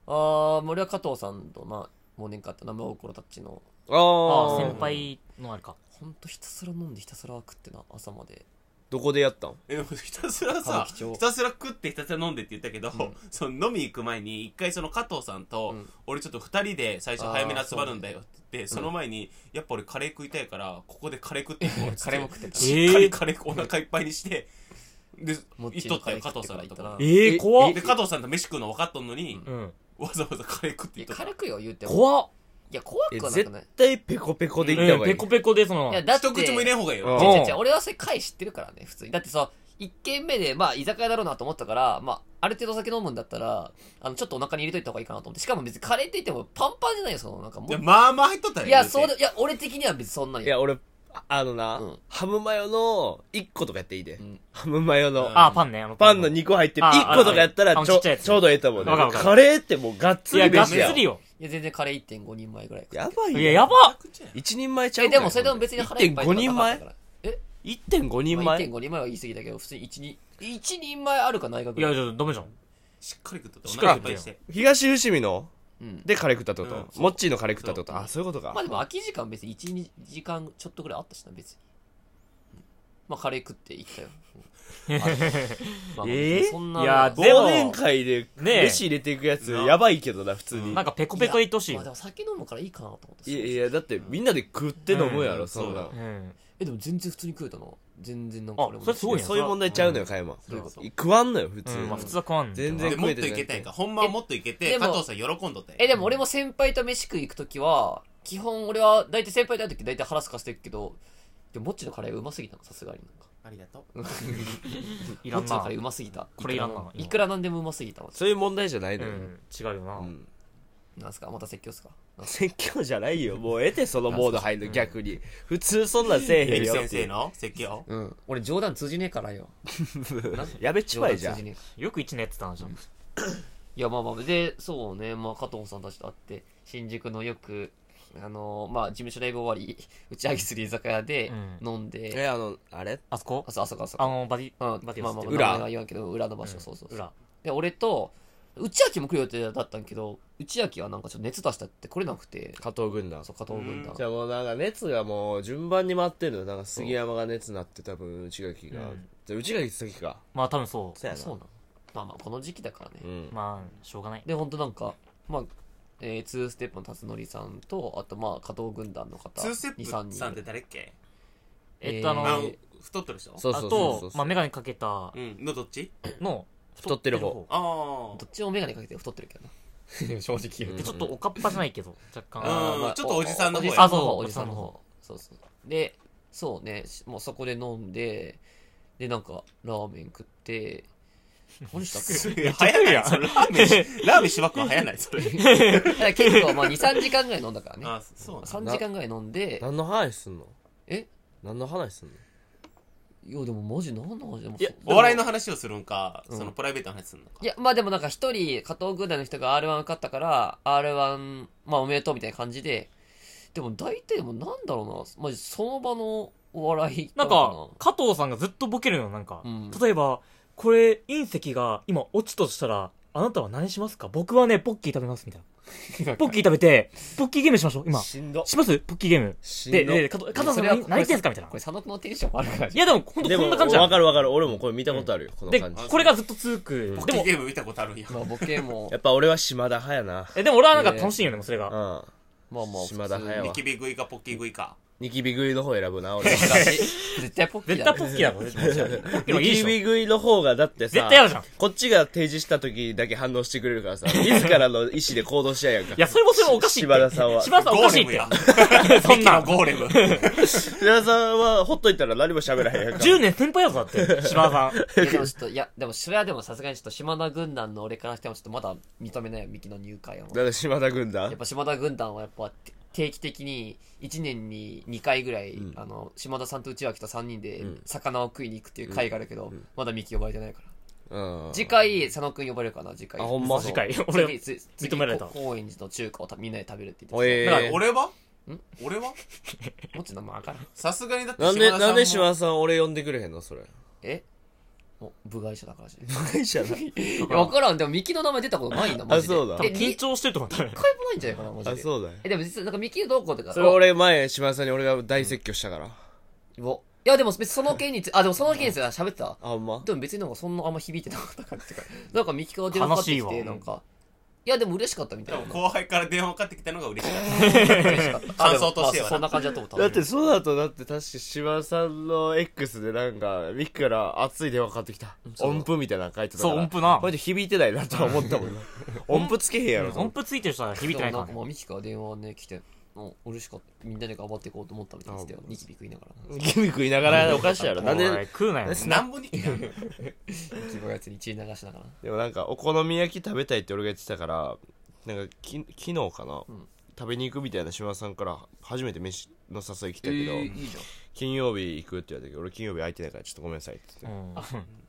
Speaker 2: ああ森は加藤さんとまあ忘年会あった生心たちの
Speaker 4: あ
Speaker 3: ああ
Speaker 4: あ
Speaker 3: 先輩のあれか
Speaker 2: ほんとひたすら飲んでひたすら食ってな朝まで
Speaker 4: どこでやったん
Speaker 5: えでもひたすらさ
Speaker 2: 歌舞伎町
Speaker 5: ひたすら食ってひたすら飲んでって言ったけど、その飲み行く前に一回その加藤さんと、俺ちょっと二人で最初早めに集まるんだよって言ってその前に、やっぱ俺カレー食いたいからここでカレー食ってい こうっつっ
Speaker 2: カ
Speaker 5: て
Speaker 2: レーも食ってた
Speaker 5: しっかりカレーお腹いっぱいにしてで
Speaker 2: もっち
Speaker 5: 行っ
Speaker 2: り
Speaker 5: とったよ
Speaker 2: カ
Speaker 5: 加
Speaker 2: レー食っ
Speaker 5: 藤
Speaker 2: て
Speaker 5: さんのと
Speaker 2: から行
Speaker 5: こ
Speaker 2: ったな
Speaker 5: ろ
Speaker 3: ええ
Speaker 1: え
Speaker 3: 怖っ
Speaker 5: で加藤さんと飯食うの分かっとんのに、
Speaker 3: うん
Speaker 5: わざわざカレー食って
Speaker 2: い
Speaker 5: いっ
Speaker 2: や
Speaker 5: とった
Speaker 2: 軽くよ言うても
Speaker 3: 怖っ
Speaker 2: いや怖
Speaker 4: え
Speaker 2: くはな
Speaker 4: 絶
Speaker 2: くない
Speaker 4: 対ペコペコで行った方
Speaker 3: うん
Speaker 4: がいい、
Speaker 3: ペコペコでその
Speaker 2: いやだって
Speaker 5: 一口も入れん方がいいよ、
Speaker 4: うん
Speaker 2: 違う違う違う俺はそれ回知ってるからね普通にだってさ一軒目でまあ居酒屋だろうなと思ったからまあある程度お酒飲むんだったらあのちょっとお腹に入れといた方がいいかなと思ってしかも別にカレーって言ってもパンパンじゃないよそのなんかも
Speaker 5: いうやまあまあ入っとったよ
Speaker 2: いやそう
Speaker 5: だ
Speaker 2: でいや俺的には別にそんなん
Speaker 4: い
Speaker 2: よ
Speaker 4: や俺ああのな、
Speaker 2: うん
Speaker 4: ハムマヨの1個とかやっていいで、
Speaker 2: ん
Speaker 4: ハムマヨの、
Speaker 5: うん
Speaker 3: あパンねあの
Speaker 4: パンの2個入ってる
Speaker 3: あー
Speaker 4: 1個とかやった
Speaker 3: あ
Speaker 4: ら
Speaker 3: の
Speaker 4: ち
Speaker 3: ち
Speaker 4: ょ
Speaker 3: っちゃいやつ
Speaker 4: ちょうどええと思うね
Speaker 3: わかるわかる
Speaker 4: カレーってもうがっつ
Speaker 3: い
Speaker 4: り
Speaker 3: やがっ
Speaker 4: 飯
Speaker 3: つ
Speaker 4: や
Speaker 3: りよ
Speaker 2: いや全然カレー1.5人前ぐらい
Speaker 4: やばい
Speaker 3: い
Speaker 4: よ
Speaker 3: ややばっ
Speaker 4: 一人前ちゃう
Speaker 2: えでもそれでも別に腹いっぱいと
Speaker 4: 1.5
Speaker 2: かな
Speaker 4: 人
Speaker 2: かっ
Speaker 4: 前
Speaker 2: たからえ
Speaker 4: 1.5人
Speaker 2: まあ
Speaker 4: 前
Speaker 2: 1.5人前は言い過ぎだけど普通に1人一人前あるかないかぐ
Speaker 3: い
Speaker 2: ら
Speaker 3: や
Speaker 2: い
Speaker 3: いやダメじゃん
Speaker 5: しっかり食っとった
Speaker 3: しっ
Speaker 5: お
Speaker 3: か
Speaker 5: 腹
Speaker 3: り
Speaker 5: いっ
Speaker 3: 食
Speaker 5: ぱ
Speaker 3: っ
Speaker 5: い
Speaker 3: て
Speaker 5: に
Speaker 3: よ
Speaker 5: して
Speaker 4: 東伏見の
Speaker 2: うん
Speaker 4: でカレー食ったってこと、
Speaker 5: うん
Speaker 4: モッチーのカレー食ったってこと、
Speaker 5: そう
Speaker 4: あそういうことか、
Speaker 2: まあでも空き時間別に12時間ちょっとぐらいあったしな別にうんまあカレー食って行ったよ うんあまあまあ
Speaker 4: えー
Speaker 2: そんない
Speaker 3: や
Speaker 2: まあ
Speaker 3: でも
Speaker 4: 忘年会で
Speaker 3: ねえ
Speaker 4: 飯入れていくやつやばいけどな普通に、
Speaker 3: なんかペコペコいってほしい
Speaker 2: まあで
Speaker 3: よ
Speaker 2: も酒飲むからいいかなと思って
Speaker 4: いやいやだってみんなで食って飲むやろ、
Speaker 5: うん
Speaker 4: そんな
Speaker 5: そ
Speaker 4: ん
Speaker 5: う
Speaker 3: うん
Speaker 2: えでも全然普通に食えたな全然なんか
Speaker 3: あ
Speaker 2: も
Speaker 3: それすごいね
Speaker 4: そういう問題ちゃうのよ加山
Speaker 5: そうそう
Speaker 4: 食わんのよ普通、
Speaker 3: うんまあ普通は食わんね
Speaker 4: 全然
Speaker 5: でもっといけたいかほんまはもっといけ
Speaker 2: で
Speaker 5: て
Speaker 2: も
Speaker 5: 加藤さん喜んどったよ
Speaker 2: えでも俺も先輩と飯食い行く時は基本俺は大体先輩と会う時大体腹すかしてるけどでももっちのカレーうますぎたのさすがになんか
Speaker 5: ありがとう
Speaker 3: いらんな
Speaker 2: もっちのカレーうますぎた
Speaker 3: これいらんない
Speaker 2: くらなんでもうますぎたわ
Speaker 4: そういう問題じゃないの
Speaker 3: う
Speaker 4: よ、
Speaker 3: ん違うよな
Speaker 4: うん
Speaker 2: なんすかまた説教っすかなんす
Speaker 4: 説教じゃないよもう得てそのモード入るの逆に普通そんなんせえへ
Speaker 5: エ
Speaker 4: ん
Speaker 5: リ
Speaker 4: よ
Speaker 5: 先
Speaker 4: ってい
Speaker 5: 生
Speaker 4: う
Speaker 5: の説教
Speaker 2: かうん俺冗談通じねえからよな
Speaker 4: やべっちまいじゃ
Speaker 2: 冗談通
Speaker 4: ん
Speaker 2: ねえから
Speaker 3: よく一年やってたなじゃん
Speaker 2: いやまあまあでそうねまあ加藤さんたちと会って新宿のよくあのーまあ事務所ライブ終わり打ち上げする居酒屋で
Speaker 3: う
Speaker 2: 飲んで、
Speaker 4: えあのあれ
Speaker 3: あそこ
Speaker 2: あそうあそうかあそうか
Speaker 3: あのバディ
Speaker 2: うん、まあま
Speaker 3: バ
Speaker 2: あ
Speaker 3: ディ
Speaker 2: ま
Speaker 3: オスっ
Speaker 2: あまあ
Speaker 3: て
Speaker 4: 裏
Speaker 2: 名前は言わんけど裏の場所、そうそうそう
Speaker 3: 裏
Speaker 2: で俺と内秋も来る予定だったんやけど内秋はなんかちょっと熱出したって来れなくて
Speaker 4: 加藤軍団
Speaker 2: そう加藤軍団
Speaker 4: じゃあもうなんか熱がもう順番に回ってるのなんか杉山が熱なって多分内垣が、
Speaker 3: うん
Speaker 4: じゃあ内垣先か
Speaker 3: まあ多分そう
Speaker 4: そうやな
Speaker 2: そうなんまあまあこの時期だからね、
Speaker 4: うん
Speaker 3: まあしょうがない
Speaker 2: でほんとなんかまあえー、2ステップの辰徳さんとあとまあ加藤軍団の方
Speaker 5: ツーステッ
Speaker 2: 23
Speaker 5: プさんって
Speaker 2: 人
Speaker 5: 誰っけ
Speaker 3: えっとあ
Speaker 2: うん
Speaker 5: あの
Speaker 3: の
Speaker 5: 太ってる人
Speaker 4: そう
Speaker 3: あ
Speaker 4: そうそうそう
Speaker 3: とまあ眼鏡かけた
Speaker 5: うんのどっち
Speaker 3: の
Speaker 4: 太ってる方
Speaker 5: ああ
Speaker 2: どっちも眼鏡かけて太ってるけどな正直言う
Speaker 4: う
Speaker 3: でちょっとおかっぱじゃないけど若
Speaker 5: うん
Speaker 3: 干
Speaker 5: ちょっとおじさんの方
Speaker 2: お
Speaker 5: や
Speaker 2: じさんの方お
Speaker 3: お
Speaker 2: じ
Speaker 3: じ
Speaker 2: さ
Speaker 3: さ
Speaker 2: ん
Speaker 3: ん
Speaker 2: の
Speaker 3: の
Speaker 2: 方
Speaker 3: 方
Speaker 2: そうそうでそうねしもうそこで飲んででなんかラーメン食って何したっけ
Speaker 5: 早ないそれラーメンラーメンしばくは早ないそれ
Speaker 2: だから結構まあ23時間ぐらい飲んだからね
Speaker 5: あそうなん
Speaker 2: 3時間ぐらい飲んで
Speaker 4: 何の話すんの
Speaker 2: え
Speaker 4: 何の話すんの
Speaker 2: いやでもマジ何の話でも
Speaker 5: いや
Speaker 2: そう
Speaker 5: お笑いの話をするんか
Speaker 2: うん
Speaker 5: そのプライベートの話するのか
Speaker 2: いやまあでもなんか一人加藤軍団の人が R1 受かったから R1 まあおめでとうみたいな感じででも大体もうなんだろうなマジその場のお笑い
Speaker 3: なんか加藤さんがずっとボケるのよなんか
Speaker 2: うん
Speaker 3: 例えばこれ隕石が今落ちとしたらあなたは何しますか僕はねポッキー食べますみたいなポッキー食べてポッキーゲームしましょう今
Speaker 4: しんど
Speaker 3: しますポッキーゲーム
Speaker 4: し
Speaker 3: で
Speaker 4: んど
Speaker 3: で加藤加藤さんが何言ってんすかみたいな
Speaker 2: これ佐野くんのテンション悪くない
Speaker 3: いやでも本当
Speaker 4: で
Speaker 3: こ
Speaker 4: も
Speaker 3: んな感じじゃ
Speaker 4: わ
Speaker 3: ん
Speaker 4: かるわかる俺もこれ見たことあるよ、この
Speaker 3: で
Speaker 4: 感じ
Speaker 3: これがずっと続く
Speaker 5: ポ
Speaker 3: で
Speaker 5: ッキー
Speaker 3: も
Speaker 5: ゲーム見たことあるんや
Speaker 2: まあボケも
Speaker 4: やっぱ俺は島田派やな
Speaker 3: えでも俺はなんか楽しいよねもうそれが
Speaker 4: うん
Speaker 2: まあまあ
Speaker 4: 島田隼
Speaker 5: ニキビ食いかポッキー食いか
Speaker 4: ニキビ食いの方選ぶな俺
Speaker 2: 普通に絶対ポッキー
Speaker 3: 絶対
Speaker 2: だね
Speaker 3: ポッキーだろ俺ポッキーも
Speaker 4: ニ
Speaker 3: いいで
Speaker 4: キ
Speaker 3: しょ
Speaker 4: ビ食いの方がだってさ
Speaker 3: 絶対やるじゃんい
Speaker 4: こっちが提示した時だけ反応してくれるから さ自らの意思で行動しややんか
Speaker 3: やそれもそれもおかしいって
Speaker 4: 柴田さんは
Speaker 3: 柴田さんお
Speaker 5: ゴ
Speaker 3: か
Speaker 5: ー
Speaker 3: しい
Speaker 5: レ
Speaker 3: っ
Speaker 5: ム
Speaker 3: て
Speaker 5: や
Speaker 3: そんな
Speaker 5: ミキのゴーレム
Speaker 4: 皆さんはほっといたら何も喋らへんやんか
Speaker 3: 10年先輩やぞだって柴田さん
Speaker 2: いやでもちょっといやでもそれはでもさすがにちょっと島田軍団の俺からしてもちょっとまだ認めないよミキの入会を
Speaker 4: だから島田軍
Speaker 2: や
Speaker 4: 団
Speaker 2: っぱ島田軍団はやっぱて定期的に1年に2回ぐらい、あの島田さんと内脇と3人で魚を食いに行くっていう会があるけど、まだミキ呼ばれてないから、
Speaker 4: うん
Speaker 2: 次回佐野くん呼ばれるかな次回
Speaker 4: あほんま
Speaker 2: そう
Speaker 3: 次回俺
Speaker 2: 次次次
Speaker 3: 認められた
Speaker 2: こ高円寺の中華をたみんなで食べるって言っ
Speaker 4: お
Speaker 2: て
Speaker 4: え
Speaker 3: だから
Speaker 4: ー
Speaker 5: 俺は
Speaker 2: ん
Speaker 5: 俺は
Speaker 2: たもっちの名前わからん
Speaker 5: さすがにだって
Speaker 4: なんで、
Speaker 5: 島田
Speaker 4: なん
Speaker 5: さ
Speaker 4: ん
Speaker 5: も
Speaker 4: で島田さん俺呼んでくれへんの それ。
Speaker 2: えお部外者だから じゃ
Speaker 4: 会社だ。
Speaker 2: いやわからんでもミキの名前出たことないんだマジで
Speaker 4: あそうだ
Speaker 2: え
Speaker 3: 緊
Speaker 2: 一
Speaker 3: 張してると思ったよね
Speaker 2: 回もないんじゃないかなマジで
Speaker 4: あ、そうだよ。
Speaker 2: えでも実はなんかミキのどうこうとか
Speaker 4: それ俺前、島田さんに俺が大説教したから。
Speaker 2: おいや、でも別にその件につあ、でもその件については喋ってた。
Speaker 4: あ、ほんま
Speaker 2: でも別になんかそんなあんま響いてなかった感じとか。なんか右から電話かかってき
Speaker 3: 悲しい
Speaker 2: て、
Speaker 3: わ
Speaker 2: なんか、いや、でも嬉しかったみた
Speaker 5: で
Speaker 2: い
Speaker 5: も
Speaker 2: な。
Speaker 5: 後輩から電話かかってきたのが嬉しかっ
Speaker 2: 嬉しかった。
Speaker 5: 感想として
Speaker 2: あでも
Speaker 5: はな
Speaker 2: まあそんな感じだと思った。
Speaker 4: だってそうだとだって確か島さんの X でなんかミキから熱い電話かかってきた
Speaker 2: そう
Speaker 4: 音符みたいなの書いてたか
Speaker 3: そ
Speaker 4: ら
Speaker 3: う、音符な
Speaker 4: こ。れで響いてないなとは思ったもんな 音符つけへんやろと思
Speaker 3: 音
Speaker 4: っ
Speaker 3: 符ついてる人は響いてな
Speaker 2: でも
Speaker 3: いか
Speaker 2: な
Speaker 3: ら
Speaker 2: んか
Speaker 3: ね
Speaker 2: ま。あ、ミキから電話ね、来て、もう嬉しかった。みんなで頑張っていこうと思ったみたいですよ
Speaker 4: あ。
Speaker 2: ニキビ食いながら。
Speaker 4: てギミ食いながらおかしいやろなん
Speaker 3: おい
Speaker 4: で
Speaker 3: 食うなよ。
Speaker 5: た。なんぼに来たの
Speaker 2: ニキビのやつに血流しながら。
Speaker 4: でもなんかお好み焼き食べたいって俺が言ってたからなんかき昨日かな、
Speaker 2: ん
Speaker 4: 食べに行くみたいな島さんから初めて飯の誘い来た
Speaker 2: え
Speaker 4: けど、
Speaker 2: いいじゃん。
Speaker 4: 金曜日行くって言われたけど俺金曜日空いてないからちょっとごめんなさいって言って、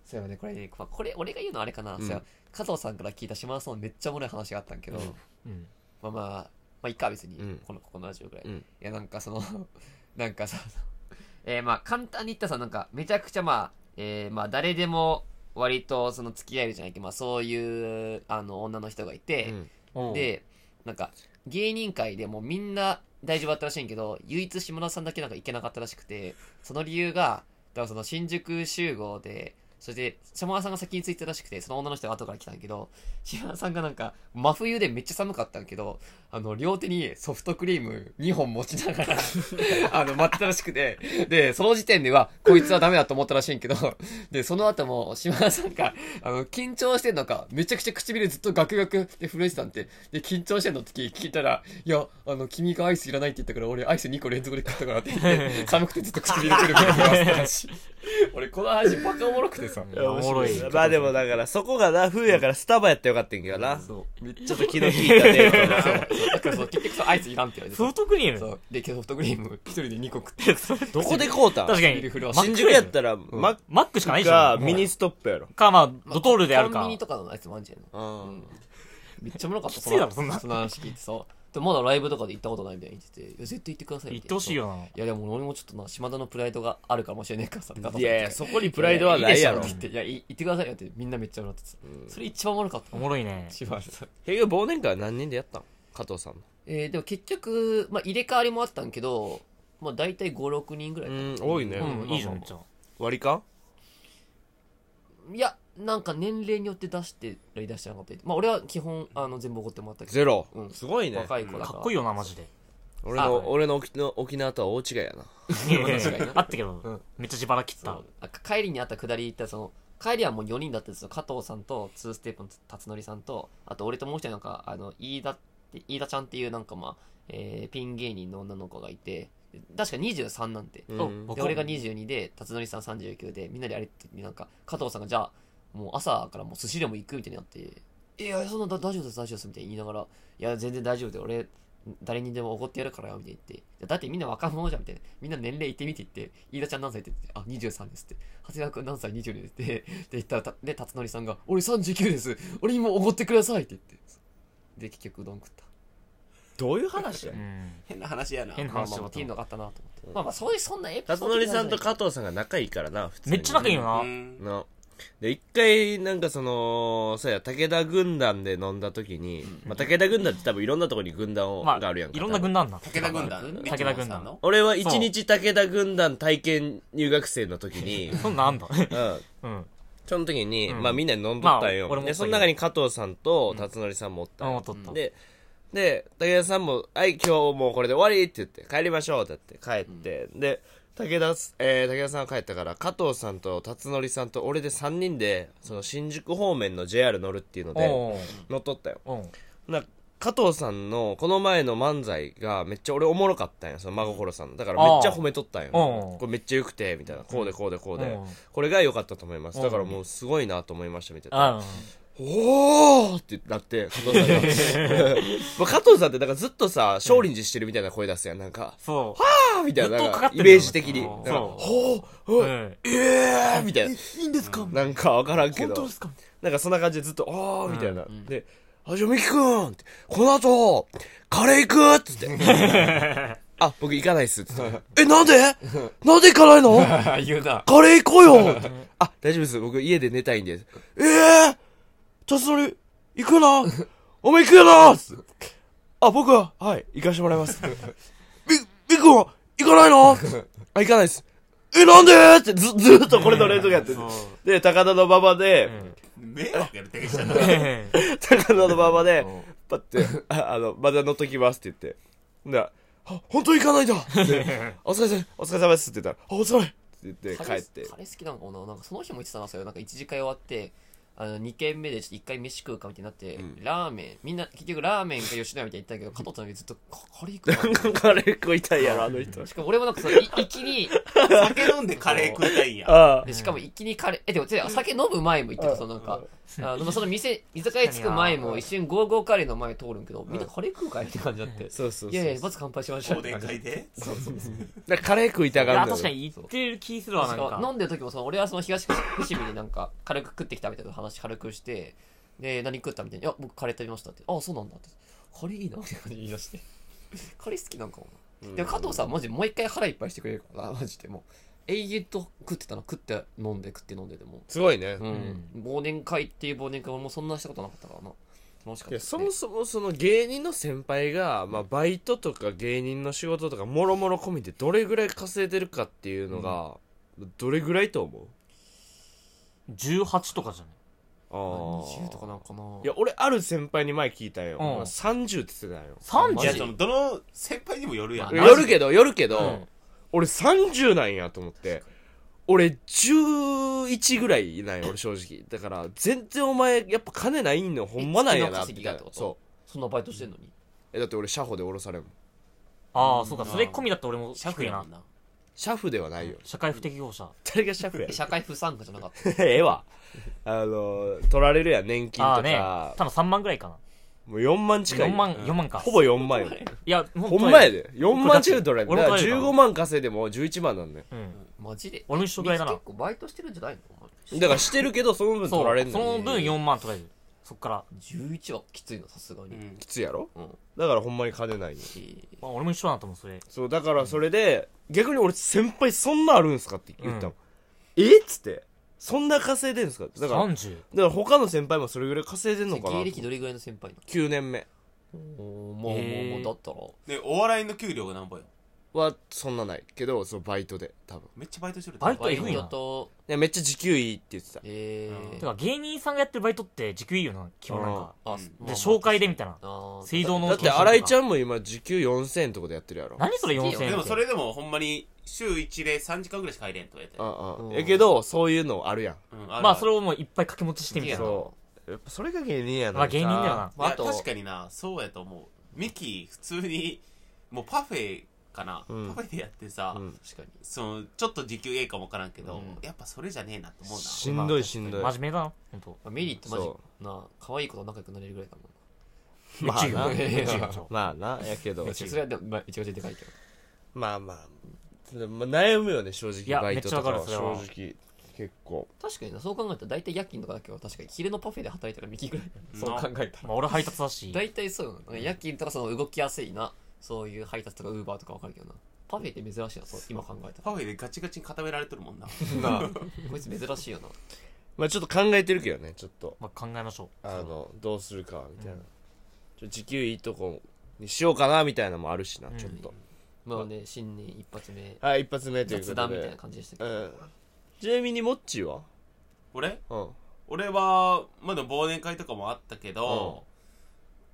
Speaker 2: そうやね、これね、これ、俺が言うのあれかな。そうや、加藤さんから聞いた島田さんのめっちゃおもろい話があったんけど、
Speaker 3: うん
Speaker 2: まあまあ、まあいっか、別に、
Speaker 4: うん
Speaker 2: この、ここのラジオぐらい。
Speaker 4: うん
Speaker 2: いや、なんかその、 なんかさ、 えーまあ、簡単に言ったらさ、なんか、めちゃくちゃまあ、えーまあ、誰でも、割と、その、付き合えるじゃないけど、まあ、そういう、あの、女の人がいて、
Speaker 4: うん
Speaker 3: うん。
Speaker 2: で、なんか、芸人界でもうみんな大丈夫だったらしいんやけど、唯一下田さんだけなんか行けなかったらしくて、その理由が、だからその新宿集合で、そして、下田さんが先に着いてたらしくて、その女の人が後から来たんやけど、下田さんがなんか、真冬でめっちゃ寒かったんやけど、あの、両手にソフトクリーム2本持ちながら、あの、待ってたらしくて、で、その時点では、こいつはダメだと思ったらしいんやけど、で、その後も、島田さんが、あの、緊張してんのか、めちゃくちゃ唇ずっとガクガクで震えてたんで、で、緊張してんのって聞いたら、いや、あの、君がアイスいらないって言ったから、俺アイス2個連続で食ったからって言って、寒くてずっと唇くるくる回してたし、俺この話バカおもろくてさ、
Speaker 3: いやおもろい。
Speaker 4: まあでもだからそこがな冬やからスタバやってよかったんけどな、ちょ
Speaker 2: そう、めっちゃ
Speaker 4: っと気の利いたデートだな
Speaker 2: そう、そうだからそう、結局そう、アイスいらんって言われて
Speaker 3: ソ
Speaker 2: さ
Speaker 3: フトクリー ム
Speaker 2: そう、で、ソフトクリーム一人で2個食って、
Speaker 4: どこで買うたん
Speaker 3: 確かに
Speaker 2: ビールフロア。
Speaker 4: 新宿やったらマッ
Speaker 3: マックしかない
Speaker 4: ク
Speaker 3: じゃ
Speaker 4: か
Speaker 3: ん。
Speaker 4: ミニストップやろ
Speaker 3: か、まあ、ドトールでやる
Speaker 2: コン
Speaker 3: か
Speaker 2: ビニ。とかのやつもあんじゃん。
Speaker 4: うん
Speaker 2: めっちゃおもろかった。
Speaker 3: きついだろそんな
Speaker 2: その話聞いてさ。でまだライブとかで行ったことないみたいに言ってて、いや、絶対行ってください
Speaker 3: 行ってほしいよ
Speaker 2: いや、でも俺もちょっとな、島田のプライドがあるかもしれないからさ。
Speaker 4: いやいやそこにプライドはないやろ
Speaker 2: いいでしょって言って、いや、い行ってくださいよってみんなめっちゃ笑ってた。それ一番おもろかっ
Speaker 3: な。
Speaker 2: た。
Speaker 3: おもろいね。
Speaker 2: 島田さん。
Speaker 4: 結局忘年会は何人でやったん加藤さんの
Speaker 2: えー、でも結局、まあ入れ替わりもあったんけど、まあ大体5、6人ぐらいかな。
Speaker 4: うん多いね、
Speaker 3: うん、いいじゃん、めっちゃ。
Speaker 4: 割り勘
Speaker 2: いや、なんか年齢によって出してたり出してなかったり。まあ俺は基本、あの、全部怒ってもらったけど。
Speaker 4: ゼロ、
Speaker 2: うん
Speaker 4: すごいね
Speaker 2: 若い子だから。
Speaker 3: かっこいいよな、マジで。
Speaker 4: 俺の俺の沖の沖縄とは大違いやな
Speaker 3: あったけど、めっちゃ自腹切っ
Speaker 2: そ
Speaker 3: た
Speaker 2: う。あ帰りにあった下り行ったその帰りはもう4人だったんですよ加藤さんと2ステップの辰徳さんとあと俺ともう一人なんかあの飯田って飯田ちゃんっていうなんかまあ、えーピン芸人の女の子がいてで確か23なんて、
Speaker 4: うん
Speaker 3: そう僕
Speaker 2: で
Speaker 3: は
Speaker 2: 俺が22で辰徳さん39でみんなであれってなんか加藤さんがじゃあもう朝からもう寿司でも行くみたいになって「いやそんなだ大丈夫です大丈夫です」みたいに言いながら「いや全然大丈夫で俺誰にでも怒ってやるからよ」みたいに言って「だってみんな若者じゃん」みたいな「みんな年齢言ってみて」言って「飯田ちゃん何歳?」って言って「あ23です」って「長谷川君何歳 ?22 です」ってで言ったらたで辰徳さんが「俺39です俺にも怒ってください」って言ってで結局うどん食った
Speaker 4: どういう話や
Speaker 3: うん。
Speaker 5: 変な話やな。
Speaker 3: 変な
Speaker 2: まあ
Speaker 3: 話
Speaker 2: まあ
Speaker 3: だ
Speaker 2: まあ
Speaker 3: っ
Speaker 2: ってい
Speaker 3: た
Speaker 2: うのがあったなと思ってまあまあそういうそんなエピソー
Speaker 4: 辰
Speaker 2: ド
Speaker 4: 徳さんと加藤さんが仲いいからな普通に
Speaker 3: めっちゃ仲いいよな。
Speaker 5: うん
Speaker 4: なで一回なんかそのそうや武田軍団で飲んだ時に、まあ、武田軍団って多分いろんなとこに軍団を、
Speaker 3: まあ、
Speaker 4: があるやんか
Speaker 3: いろんな軍団だ。
Speaker 5: 武田軍団。
Speaker 3: 武田軍団
Speaker 5: の。
Speaker 4: 俺は一日武田軍団体験入学生の時に、
Speaker 3: そんなんあんだ。
Speaker 4: うん、
Speaker 3: うん。
Speaker 4: その時に、
Speaker 3: うん
Speaker 4: まあみんなで飲んどったんよ、
Speaker 3: まあ俺もおったんよ
Speaker 4: でその中に加藤さんと辰徳さんもおったん
Speaker 3: あ、
Speaker 4: よ、
Speaker 3: 取った。
Speaker 4: でで武田さんも「はい今日もうこれで終わり」って言って「帰りましょう」って言って帰って、で武田す、えー武田さんは帰ったから加藤さんと辰徳さんと俺で3人でその新宿方面の JR 乗るっていうので
Speaker 3: おう
Speaker 4: 乗っとったよ
Speaker 3: おう
Speaker 4: な加藤さんのこの前の漫才がめっちゃ俺おもろかったんやその真心さんのだからめっちゃ褒めとったんよ
Speaker 3: ああ
Speaker 4: これめっちゃ良くてみたいなこうでこうでこうで
Speaker 3: うん
Speaker 4: これが良かったと思いますだからもうすごいなと思いましたみたいな
Speaker 3: あ
Speaker 4: おーってなって、加藤さんが。 まあ加藤さんってなんかずっとさ、少林寺してるみたいな声出すやん、なんか。
Speaker 3: そ
Speaker 4: あーみたいな、なん
Speaker 3: ずっとかか
Speaker 4: か
Speaker 3: ってん
Speaker 4: イ
Speaker 3: の
Speaker 4: メージ的に。
Speaker 3: う
Speaker 4: なんか
Speaker 3: そ
Speaker 4: ほー
Speaker 3: う。
Speaker 4: ほ
Speaker 3: う
Speaker 4: ー
Speaker 3: ん。
Speaker 4: えーみたいな。
Speaker 3: いいんですか
Speaker 4: なんかわからんけ
Speaker 3: 本当
Speaker 4: ど
Speaker 3: で。すか
Speaker 4: なんかそんな感じでずっと、あーみたいな
Speaker 2: う。ん
Speaker 4: で、あ、じゃあミキくんってこの後、カレー行くっつって。 あ、僕行かないっす。つってえ、なんでなんで行かないの
Speaker 2: あ言うな
Speaker 4: カレー行こうよってあ、大丈夫です。僕家で寝たいんです。ええー、辰徳、行くなお前行くよなつってあ、僕は、 はい、行かしてもらいます。み、みくんは、行かないのあ、行かないです。ええ、なんでってず、ずっとこれの連続やっててで、高田の馬場で、
Speaker 5: 迷惑やる、竹 下の。
Speaker 4: 高田の馬場で、パッて、ああの、まだ乗っときますって言って。ほんで、あ、本当に行かないんだって、お疲れ様、お疲れ様ですって言ったら、あ、お疲れって言って帰
Speaker 2: カレー
Speaker 4: って。
Speaker 2: カレー好きなのかななんかその日も言ってたな、それ。なんか一次会終わって、あの、二軒目でちょっと一回飯食うかみたいになって、ラーメン、みんな、結局ラーメンか吉野家みたいに言ったけど、加藤ちゃんだけずっと、カカレー行 く
Speaker 4: カレー食いたいやろ、あの人
Speaker 2: な。しかも俺もなんかその、い一気に、
Speaker 5: 酒飲んでカレー食いたいんや。
Speaker 4: ああ
Speaker 2: で、しかも一気にカレー、え、でも、違う酒飲む前も言ってた、そのなんか、あの、その店、居酒屋着く前も一瞬ゴーゴーカレーの前通るんけど、みんなカレー食うかいって感じになって。
Speaker 4: そうそうそう。
Speaker 2: いやいや、まず乾杯しましょう
Speaker 5: お
Speaker 2: って
Speaker 5: でん
Speaker 2: 感じ
Speaker 5: 会で。
Speaker 4: だからカレー食いたがる
Speaker 3: あ
Speaker 4: んだよ
Speaker 3: 確かに言ってる気するわ、なん
Speaker 2: 確か
Speaker 3: か。
Speaker 2: 飲んでる時もその俺はその東伏見になんか軽く食ってきたみたいな話軽くしてで何食ったみたいに「いや僕カレー食べました」って「ああそうなんだ」って「カレーいいな」って言い出して カレー好きなんかもな、でも加藤さんマジもう一回腹いっぱいしてくれるからなマジでもう永遠と食ってたの食って飲んで食って飲んででも
Speaker 4: すごいね
Speaker 2: う。ん、忘年会っていう忘年会はもうそんなしたことなかったからな楽しかった
Speaker 4: いや、
Speaker 2: です
Speaker 4: そ
Speaker 2: ね、
Speaker 4: もそもその芸人の先輩が、まあ、バイトとか芸人の仕事とか、もろもろ込みでどれぐらい稼いでるかっていうのが、どれぐらいと思う
Speaker 3: 18とかじゃない
Speaker 2: 20
Speaker 4: ああ。
Speaker 2: とかなんかない
Speaker 4: や、俺、ある先輩に前聞いたんよ。
Speaker 3: うん
Speaker 4: まあ30って言ってたんよ。
Speaker 3: ?30?
Speaker 2: マ
Speaker 5: い
Speaker 2: ジ
Speaker 5: や、その、どの先輩にもよるやん。
Speaker 2: ま
Speaker 4: よるけど、よるけど、
Speaker 3: ん
Speaker 4: 俺30なんやと思って。俺、11ぐらいなんよ、俺正直。だから、全然お前、やっぱ金ないんの、ほんまなんやな、
Speaker 2: え月の稼
Speaker 4: み
Speaker 2: ぎ
Speaker 4: た
Speaker 2: が
Speaker 4: いな
Speaker 2: ってこ。と
Speaker 4: そ
Speaker 2: そんなバイトしてんのに
Speaker 4: う。え、だって俺、車夫で降ろされんもん。
Speaker 3: ああ、そうか、それ込みだったら俺も社会
Speaker 5: や
Speaker 3: な
Speaker 5: もん。な。
Speaker 4: 車夫ではないよ。
Speaker 3: 社会不適合者。
Speaker 4: 誰が車夫や
Speaker 2: 社会不参加じゃなかった
Speaker 4: ええわ。あの、取られるやん、年金
Speaker 3: ああ
Speaker 4: と
Speaker 3: ね。
Speaker 4: か。
Speaker 3: 多分3万ぐらいかな。
Speaker 4: もう4万近い。
Speaker 3: 4万、4万か。
Speaker 4: ほぼ4万よ。
Speaker 3: いや、
Speaker 4: ほんまや。で。4
Speaker 3: これだ
Speaker 4: 万
Speaker 3: って
Speaker 4: 近い取られる。
Speaker 3: 俺
Speaker 4: だか
Speaker 3: も
Speaker 4: ら
Speaker 3: 取られるか
Speaker 4: 15
Speaker 3: ら
Speaker 4: 万稼いでも11万なんだよ。
Speaker 3: うん。
Speaker 2: マジで
Speaker 3: 俺も一緒ぐらいだな
Speaker 2: 結。構バイトしてるんじゃないのお前
Speaker 4: だからしてるけど、その分
Speaker 3: そ
Speaker 4: 取られん
Speaker 3: う。
Speaker 4: の。
Speaker 3: その分4万取られる。そっから。
Speaker 2: 11はきついのさすがに、
Speaker 5: うん
Speaker 4: きついやろ、
Speaker 2: うん
Speaker 4: だからほんまに金ないよ
Speaker 2: えー
Speaker 3: まあ俺も一緒だと思う、それ。
Speaker 4: そうだからそれで、逆に俺先輩そんなあるんすかって言ったの、えっつってそんな稼いでんすかってだからだか
Speaker 3: 30?
Speaker 4: ら他の先輩もそれぐらい稼いでんのかな
Speaker 2: 芸歴どれぐらいの先輩な
Speaker 4: 9年目
Speaker 2: のおーまあ
Speaker 3: へー
Speaker 2: まあまあだったら
Speaker 5: で、お笑いの給料がなんぼよ。
Speaker 4: はそんなないけどそのバイトで多分
Speaker 5: めっちゃバイトしてる。
Speaker 3: バイ
Speaker 2: バ
Speaker 3: ト
Speaker 2: イ
Speaker 3: えぐい
Speaker 2: ト
Speaker 3: な。
Speaker 2: と
Speaker 4: でめっちゃ時給いいって言ってた
Speaker 2: え
Speaker 5: うん
Speaker 2: ー
Speaker 3: てか芸人さんがやってるバイトって時給いいよな、基本なんか。
Speaker 2: あ
Speaker 5: うん
Speaker 3: で、紹介でみたいな。
Speaker 2: あー
Speaker 3: 水道の
Speaker 4: だって新井ちゃんも今時給4000円とかでやってるやろ
Speaker 3: 何それ4000円って。
Speaker 5: でもそれでもほんまに週1で3時間ぐらいしか入れんとかやって
Speaker 4: あ
Speaker 2: うん
Speaker 4: あやけどそういうのあるやん
Speaker 5: うん
Speaker 3: まあそれ
Speaker 5: を
Speaker 3: をもういっぱい掛け持ちしてみたいな。
Speaker 4: そうやっぱそれが芸人やな
Speaker 3: まあ芸人だよな。
Speaker 2: まああと
Speaker 5: 確かになそうやと思うミキ普通にもうパフェかな、
Speaker 4: うん
Speaker 5: パフェでやってさ、
Speaker 4: うん
Speaker 2: 確かに
Speaker 5: そのちょっと時給ええかもわからんけど、
Speaker 2: うん
Speaker 5: やっぱそれじゃねえなと思う
Speaker 4: しんどいしんどい
Speaker 3: 真面目だな、ほんと。
Speaker 2: まあメリットマ
Speaker 4: そ
Speaker 2: ジな可愛い子と仲良くなれるぐらいだもん
Speaker 4: まあな
Speaker 2: めっちゃいいよ
Speaker 4: まあなやけど
Speaker 2: めちゃくちゃそれはでもまあめちゃくちゃでかいけど
Speaker 4: まあまあ、まあ、悩むよね正
Speaker 3: い
Speaker 4: 直
Speaker 3: や
Speaker 4: バイトとか
Speaker 3: めっ
Speaker 4: は
Speaker 3: ちゃわかるそれは
Speaker 4: 正直結構
Speaker 2: 確かになそう考えたら大体夜勤とかだけど確かに昼のパフェで働いたら右ぐらい
Speaker 5: うん
Speaker 2: そう考えたら
Speaker 3: まあ俺配達だし。
Speaker 2: 大体そうよな夜勤とかその動きやすいなそういう配達とかウーバーとかわかるけどなパフェって珍しいなそう今考えたら
Speaker 5: パフェでガチガチに固められてるもんな
Speaker 2: こいつ珍しいよな
Speaker 4: まあちょっと考えてるけどねちょっと
Speaker 3: まあ考えましょう。
Speaker 4: あのどうするかみたいな、ちょ時給いいとこにしようかなみたいなのもあるしな、
Speaker 3: ん
Speaker 4: ちょっと
Speaker 2: まあね新年一発目
Speaker 4: はい一発目ということ
Speaker 2: 雑談みたい
Speaker 4: で
Speaker 2: な感じでしたけ
Speaker 4: う
Speaker 2: ど、
Speaker 4: んちなみにモッチーは
Speaker 5: 俺
Speaker 4: うん
Speaker 5: 俺はまだ忘年会とかもあったけど、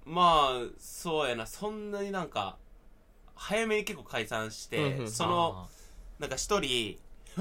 Speaker 5: まあそうやなそんなになんか早めに結構解散して、
Speaker 4: うんうん
Speaker 5: そのなんか一人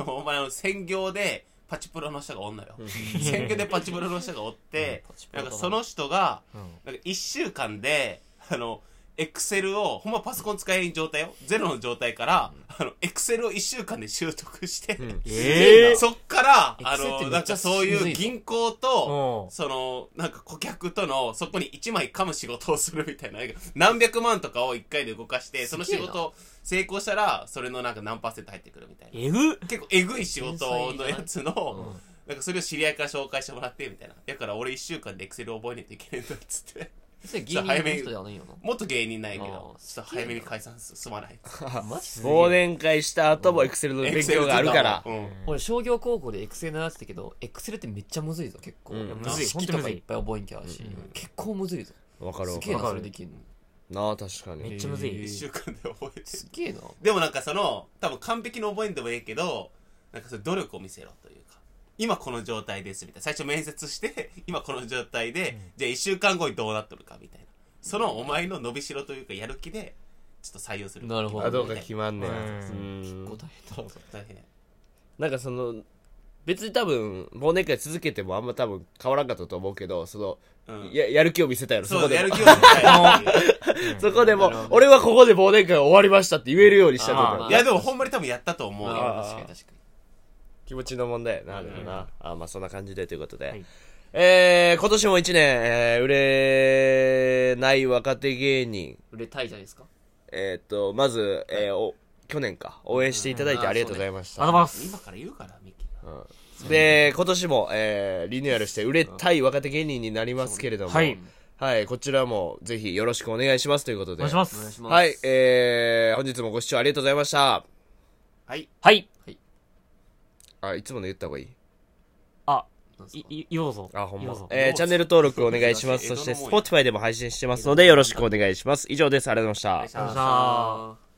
Speaker 5: お前の専業でパチプロの人がおんのよ専業でパチプロの人がおって、なんかその人が
Speaker 3: あー、
Speaker 5: なんか1週間で、あの、エクセルを、ほんまパソコン使えへん状態よ。ゼロの状態から、あの、エクセルを1週間で習得して、
Speaker 4: ん
Speaker 3: ええ
Speaker 5: そっから、あ
Speaker 2: Excel って
Speaker 5: の、
Speaker 2: め
Speaker 5: な
Speaker 2: っ
Speaker 5: ん
Speaker 2: ちゃ
Speaker 5: かそ
Speaker 2: むず
Speaker 5: うい
Speaker 2: いうぞ
Speaker 5: 銀行と
Speaker 3: う、ん
Speaker 5: その、なんか顧客との、そこに1枚噛む仕事をするみたいな、なんか何百万とかを1回で動かして、その仕事を成功したら、それのなんか何パーセント入ってくるみたいな。
Speaker 3: えぐっ
Speaker 5: 結構えぐい仕事のやつの、なんかそれを知り合いから紹介してもらってみたいな。だから俺1週間でエクセル覚えないといけないんだっつって。
Speaker 2: それ芸人の人ではないよな
Speaker 5: もっと芸人ないけど
Speaker 2: あ、ー
Speaker 5: ちょっと早めに解散すすまない。
Speaker 2: マジすげえ
Speaker 4: 忘年会した後もエクセルの勉強があるから
Speaker 5: うん。
Speaker 2: 俺商業高校でエクセル習ってたけどエクセルってめっちゃむずいぞ結構、
Speaker 4: うんいや
Speaker 3: むずい
Speaker 2: 式
Speaker 3: ほんと
Speaker 2: と
Speaker 3: む
Speaker 2: か
Speaker 3: ずい
Speaker 2: いっぱい覚えんきゃあるし、結構むずいぞ
Speaker 4: わかる
Speaker 2: す
Speaker 4: わ
Speaker 2: げえ
Speaker 4: か
Speaker 2: な
Speaker 4: る
Speaker 2: それできんの
Speaker 4: なあ確か
Speaker 3: めっ
Speaker 4: に
Speaker 3: ちゃむず
Speaker 5: 1
Speaker 3: い。
Speaker 5: 週間で覚えて。
Speaker 2: すげえな
Speaker 5: でもなんかその、多分完璧に覚えんでもええけど、なんかそういう努力を見せろというか、今この状態ですみたいな。最初面接して、 今この状態で、じゃあ1週間後にどうなっとるかみたいな。そのお前の伸びしろというか、やる気で、ちょっと採用するか
Speaker 2: なるほ
Speaker 5: 決ま
Speaker 4: あ
Speaker 2: ど
Speaker 4: どうか
Speaker 5: みたい
Speaker 4: 決まんねん
Speaker 3: う
Speaker 4: うん
Speaker 2: 結構大変だろう
Speaker 5: な大変。
Speaker 4: なんかその別に多分忘年会続けてもあんま多分変わらんかったと思うけどその、
Speaker 5: うん
Speaker 4: ややる気を見せたやろそ
Speaker 5: そ
Speaker 4: こ
Speaker 5: う、
Speaker 4: でも
Speaker 5: やる気を見 せたいっていう。
Speaker 4: そこでも、俺はここで忘年会終わりましたって言えるようにしたと
Speaker 2: あー
Speaker 4: か
Speaker 2: まあ
Speaker 5: いや、でもほんまに多分やったと思う
Speaker 2: ま
Speaker 5: よ。
Speaker 2: あ確かに確かに
Speaker 4: 気持ちの問題やな、あれはな。あーまあそんな感じでということで。えー、今年も一年、えー売れない若手芸人、
Speaker 2: 売れたいじゃないですか
Speaker 4: えーっと、まず、えーお、去年か、応援していただいてありがとうございました。
Speaker 3: あざます。
Speaker 5: 今から言うから、ミキ。
Speaker 4: で、今年も、えー、リニューアルして売れたい若手芸人になりますけれども、
Speaker 3: はい。
Speaker 4: はい、こちらもぜひよろしくお願いしますということ
Speaker 3: お
Speaker 4: で。
Speaker 3: 願いしま
Speaker 2: お願いし
Speaker 3: す。
Speaker 2: ます
Speaker 4: はい、えー、本日もご視聴ありがとうございました。
Speaker 5: はい。
Speaker 3: はい。
Speaker 4: あ、いつもの言った方がいい
Speaker 3: あ、
Speaker 2: なんす
Speaker 3: い
Speaker 2: か、
Speaker 3: い言おうぞ。
Speaker 4: あ、ほん
Speaker 3: 言お
Speaker 4: ま
Speaker 3: うぞ。
Speaker 4: えーチャンネル登録お願いします。そして、Spotify でも配信してますので、よろしくお願いします。以上です。ありがとうございました。
Speaker 3: お願いします。